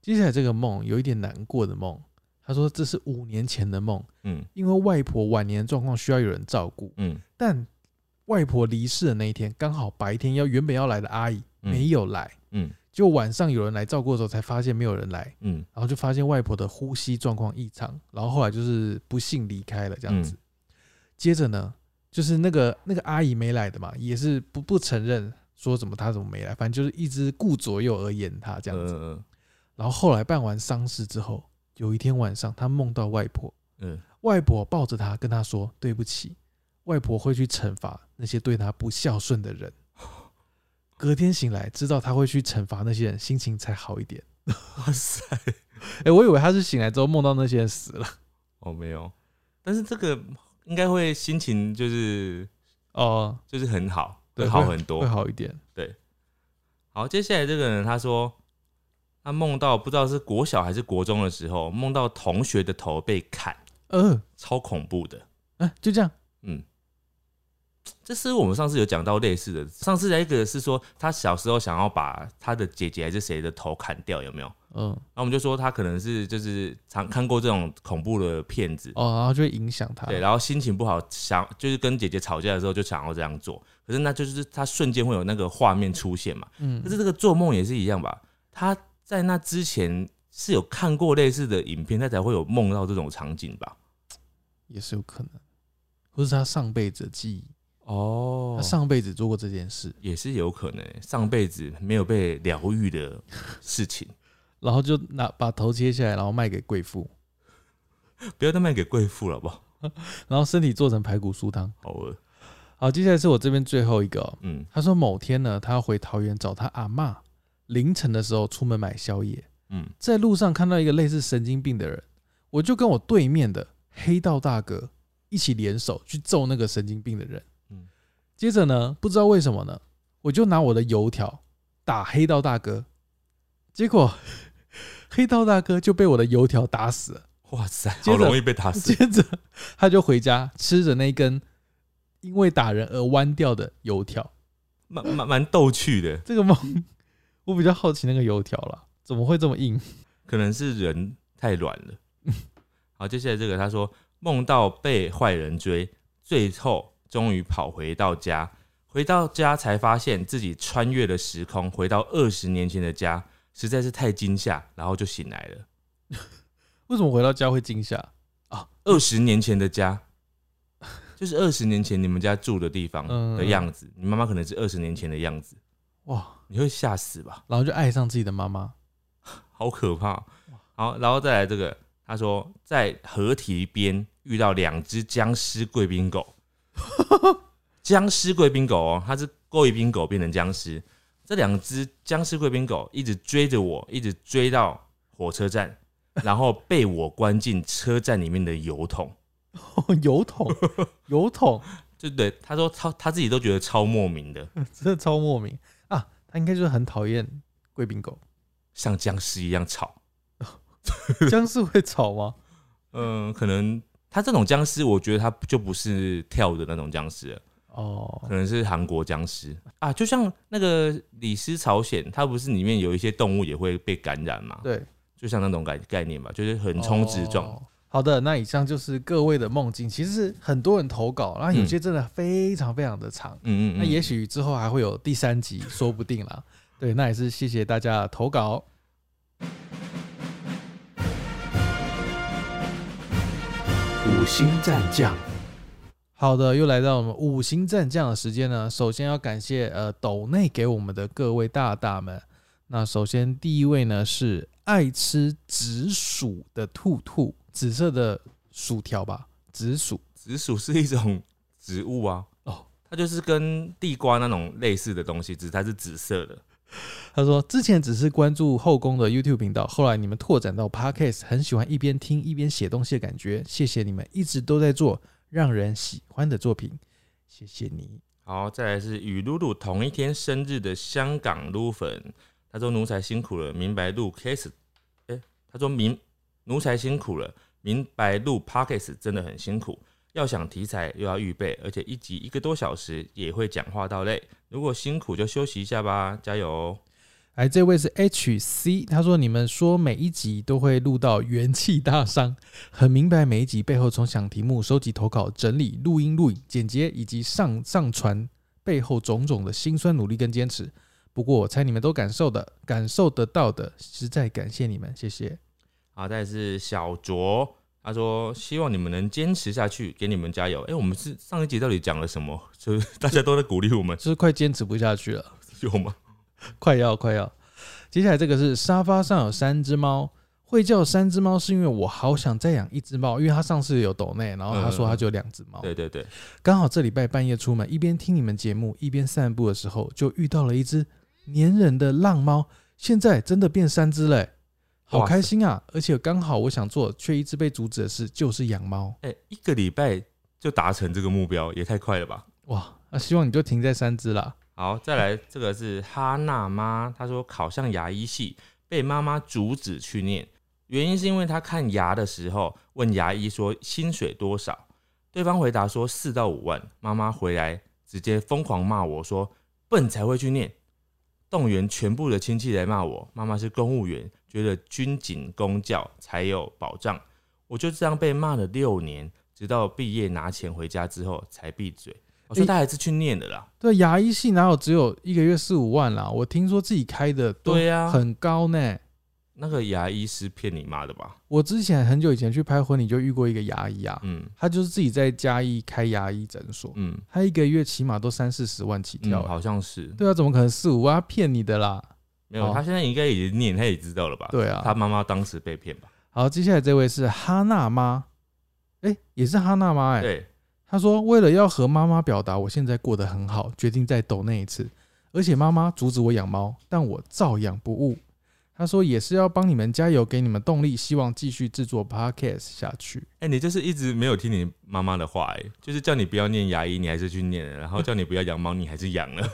接下来这个梦有一点难过的梦，他说这是五年前的梦，嗯因为外婆晚年状况需要有人照顾，嗯。但外婆离世的那一天，刚好白天要原本要来的阿姨嗯没有来，嗯，就晚上有人来照顾的时候，才发现没有人来，嗯，然后就发现外婆的呼吸状况异常，然后后来就是不幸离开了这样子。嗯接着呢，就是那个那个阿姨没来的嘛，也是不不承认说怎么她怎么没来，反正就是一直顾左右而言她这样子。嗯然后后来办完丧事之后，有一天晚上，她梦到外婆，嗯 外婆抱着她跟她说：“对不起，外婆会去惩罚那些对她不孝顺的 人。”隔天醒来，知道她会去惩罚那些人，心情才好一点。哇塞，哎、我以为她是醒来之后梦到那些人死了。哦没有，但是这个应该会心情就是哦，就是很好，对会好很会多。好一点。好，接下来这个人他说，他梦到不知道是国小还是国中的时候，梦到同学的头被砍，呃，超恐怖的。哎、就这样。嗯，这是我们上次有讲到类似的。上次那个是说，他小时候想要把他的姐姐还是谁的头砍掉，有没有？嗯，然后我们就说他可能是就是常看过这种恐怖的片子，哦，然后就会影响他。对，然后心情不好，想就是跟姐姐吵架的时候就想要这样做，可是那就是他瞬间会有那个画面出现嘛。嗯可，是这个做梦也是一样吧？他在那之前是有看过类似的影片，他才会有梦到这种场景吧？也是有可能，或是他上辈子的记忆，哦他上辈子做过这件事，也是有可能欸上辈子没有被疗愈的事情，然后就拿把头切下来，然后卖给贵妇，不要再卖给贵妇了，好不好？然后身体做成排骨酥汤。好饿，好，接下来是我这边最后一个、哦。嗯他说某天呢，他要回桃园找他阿嬷，凌晨的时候出门买宵夜，嗯，在路上看到一个类似神经病的人，我就跟我对面的黑道大哥一起联手去揍那个神经病的人。嗯接着呢，不知道为什么呢，我就拿我的油条打黑道大哥，结果 黑道大哥就被我的油条打死了。哇塞，接好着容易被打接死，着他就回家吃着那根因为打人而弯掉的油条。蛮蛮蛮逗趣的，这个梦， 我比较好奇那个油条了，怎么会这么硬？可能是人太软了。 好，接下来这个他说梦到被坏人追，最后终于跑回到家，回到家才发现自己穿越了时空，回到二十年前的家，实在是太惊吓，然后就醒来了。为什么回到家会惊吓？二十年前的家，就是二十年前你们家住的地方嗯的样子。你妈妈可能是二十年前的样子，哇，你会吓死吧？然后就爱上自己的妈妈。好可怕！好，然后再来这个，他说在河堤边遇到两只僵尸贵宾狗，僵尸贵宾狗哦，它是贵宾狗变成僵尸，这两只僵尸贵宾狗一直追着我，一直追到火车站，然后被我关进车站里面的油桶。 油桶，油桶， 就对，他说他他自己都觉得超莫名的，真的超莫名啊！他应该就是很讨厌贵宾狗。像僵尸一样吵。僵尸会吵吗？嗯、可能他这种僵尸，我觉得他就不是跳的那种僵尸了，哦可，能是韩国僵尸啊。就像那个《李斯朝鲜》，它不是里面有一些动物也会被感染嘛？，对，就像那种概概念吧，就是横冲直撞。哦好的，那以上就是各位的梦境。其实很多人投稿，那有嗯些真的非常非常的长。嗯嗯嗯，那也许之后还会有第三集，说不定啦。对，那也是谢谢大家的投稿。五星战 将。好的，又来到我们五星战将的时间呢。首先要感谢呃斗内给我们的各位大大们。那首先第一位呢是爱吃紫薯的兔兔，紫色的薯条吧，紫薯。紫薯是一种植物啊。哦哦，它就是跟地瓜那种类似的东西，只是它是紫色的。他说之前只是关注后宫的 YouTube 频道，后来你们拓展到 Podcast，很喜欢一边听一边写东西的感觉。谢谢你们一直都在做让人喜欢的作品，谢谢你。好，再来是与露露同一天生日的香港撸粉，他说奴才辛苦了，明白录 case，哎、他说明奴才辛苦了，明白录 pockets 真的很辛苦，要想题材又要预备，而且一集一个多小时也会讲话到累，如果辛苦就休息一下吧，加油哦！哎，这位是 H C，他说你们说每一集都会录到元气大伤， 很明白每一集背后从想题目、收集投稿、整理、录音、录影、剪接以及上上传背后种种的辛酸努力跟坚持。不过我猜你们都感受的，感受得到的，实在感谢你们，谢谢。好，再来是小卓，他说希望你们能坚持下去，给你们加油。哎、我们是上一集到底讲了什么？ 就是大家都在鼓励我们，就是快坚持不下去了，有吗？快要快要。接下来这个是沙发上有三只猫，会叫三只猫是因为我好想再养一只猫，因为他上次有抖内，然后他说他就有两只猫，对对对，刚好这礼拜半夜出门，一边听你们节目，一边散步的时候，就遇到了一只粘人的浪猫，现在真的变三只了欸、好哇塞开心啊！而且刚好我想做却一直被阻止的事就是养猫，哎、一个礼拜就达成这个目标，也太快了吧！哇！那、希望你就停在三只啦。好，再来这个是哈娜妈，她说考上牙医系被妈妈阻止去念，原因是因为她看牙的时候问牙医说薪水多少，对方回答说四到五万，妈妈回来直接疯狂骂我说笨才会去念，动员全部的亲戚来骂我，妈妈是公务员，觉得军警公教才有保障，我就这样被骂了六年，直到毕业拿钱回家之后才闭嘴。我说诶她还是去念的啦。对，牙医系哪有只有一个月四五万啦？我听说自己开的都对啊呀很高呢、那个牙医师骗你妈的吧？我之前很久以前去拍婚礼就遇过一个牙医啊，嗯他就是自己在嘉义开牙医诊所，嗯他一个月起码都三四十万起嗯，跳、欸好像是对啊，怎么可能四五万骗你的啦？没有。哦他现在应该也念，他也知道了吧？对啊他妈妈当时被骗吧？好，接下来这位是哈娜妈，哎、也是哈娜妈哎、对，她说为了要和妈妈表达我现在过得很好，决定再抖那一次，而且妈妈阻止我养猫，但我照养不误。她说也是要帮你们加油，给你们动力，希望继续制作 podcast 下去。哎，你就是一直没有听你妈妈的话，哎，就是叫你不要念牙医，你还是去念了；然后叫你不要养猫，你还是养了。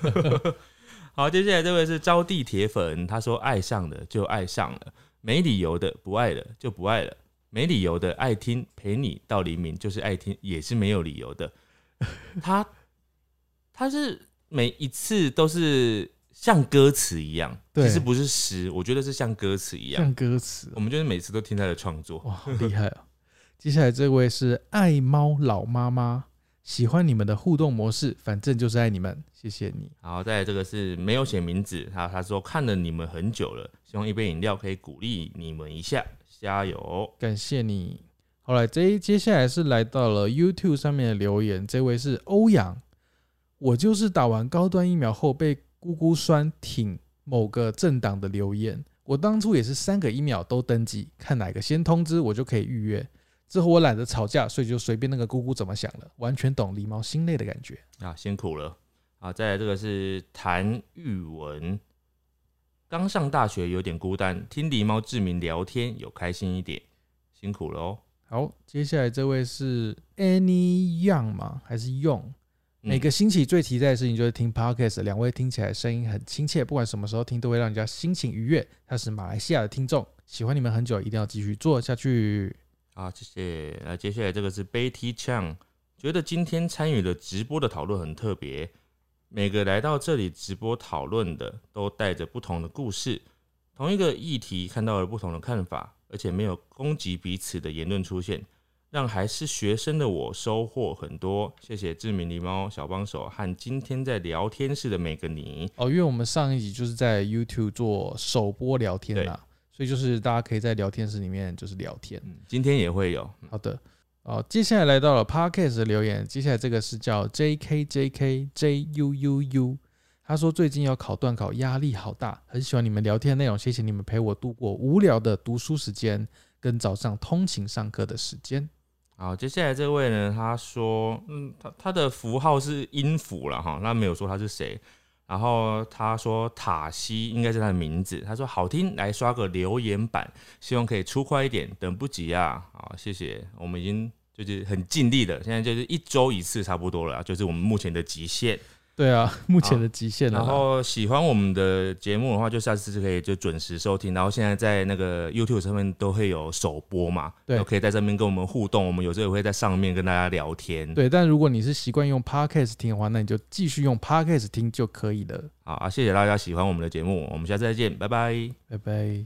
好，接下来这位是招娣铁粉，他说爱上了就爱上了，没理由的不爱了就不爱了，没理由的爱听陪你到黎明就是爱听，也是没有理由的。他他是每一次都是像歌词一样，对其实不是诗，我觉得是像歌词一样。像哦歌词我们就是每次都听他的创作，哇，好厉害啊！ 接下来这位是爱猫老妈妈，喜欢你们的互动模式，反正就是爱你们，谢谢你。然后再来这个是没有写名字，他他说看了你们很久了，希望一杯饮料可以鼓励你们一下，加油！感谢你。好来，这一接下来是来到了 YouTube 上面的留言，这位是欧阳，我就是打完高端疫苗后被姑姑酸挺某个政党的留言。我当初也是三个疫苗都登记，看哪个先通知我就可以预约。之后我懒得吵架，所以就随便那个姑姑怎么想了，完全懂狸猫心累的感觉。啊，辛苦了啊！再来这个是谭玉文，刚上大学有点孤单，听狸猫志明聊天有开心一点，辛苦了哦。好，接下来这位是 Any Young 吗？还是用？嗯每个星期最期待的事情就是听 podcast，两位听起来声音很亲切，不管什么时候听都会让人家心情愉悦。他是马来西亚的听众，喜欢你们很久，一定要继续做下去。啊，谢谢。那接下来这个是 Betty Chang，觉得今天参与了直播的讨论很特别，每个来到这里直播讨论的都带着不同的故事，同一个议题看到了不同的看法，而且没有攻击彼此的言论出现，让还是学生的我收获很多。谢谢志明狸猫小帮手和今天在聊天室的每个你。哦，因为我们上一集就是在 YouTube 做首播聊天啦，所以就是大家可以在聊天室里面就是聊天。嗯，今天也会有，好的，哦，接下来来到了 podcast 的留言，接下来这个是叫 J K J K J U U U，他说最近要考段考，压力好大，很喜欢你们聊天的内容，谢谢你们陪我度过无聊的读书时间跟早上通勤上课的时间。好，接下来这位呢，他说，嗯，他他的符号是音符了哈，那没有说他是谁。然后他说塔西应该是他的名字，他说好听，来刷个留言板，希望可以出快一点，等不及啊！好，谢谢，我们已经就是很尽力了，现在就是一周一次差不多了，就是我们目前的极限。对啊， 目前的极限了然啦。后喜欢我们的节目的话，就下次就可以就准时收听。然后现在在那个 YouTube 上面都会有首播嘛，对然后可以在上面跟我们互动。我们有时候也会在上面跟大家聊天。，对，但如果你是习惯用 podcast 听的话，那你就继续用 podcast 听就可以了。好啊，谢谢大家喜欢我们的节目，我们下次再见，拜拜。拜拜。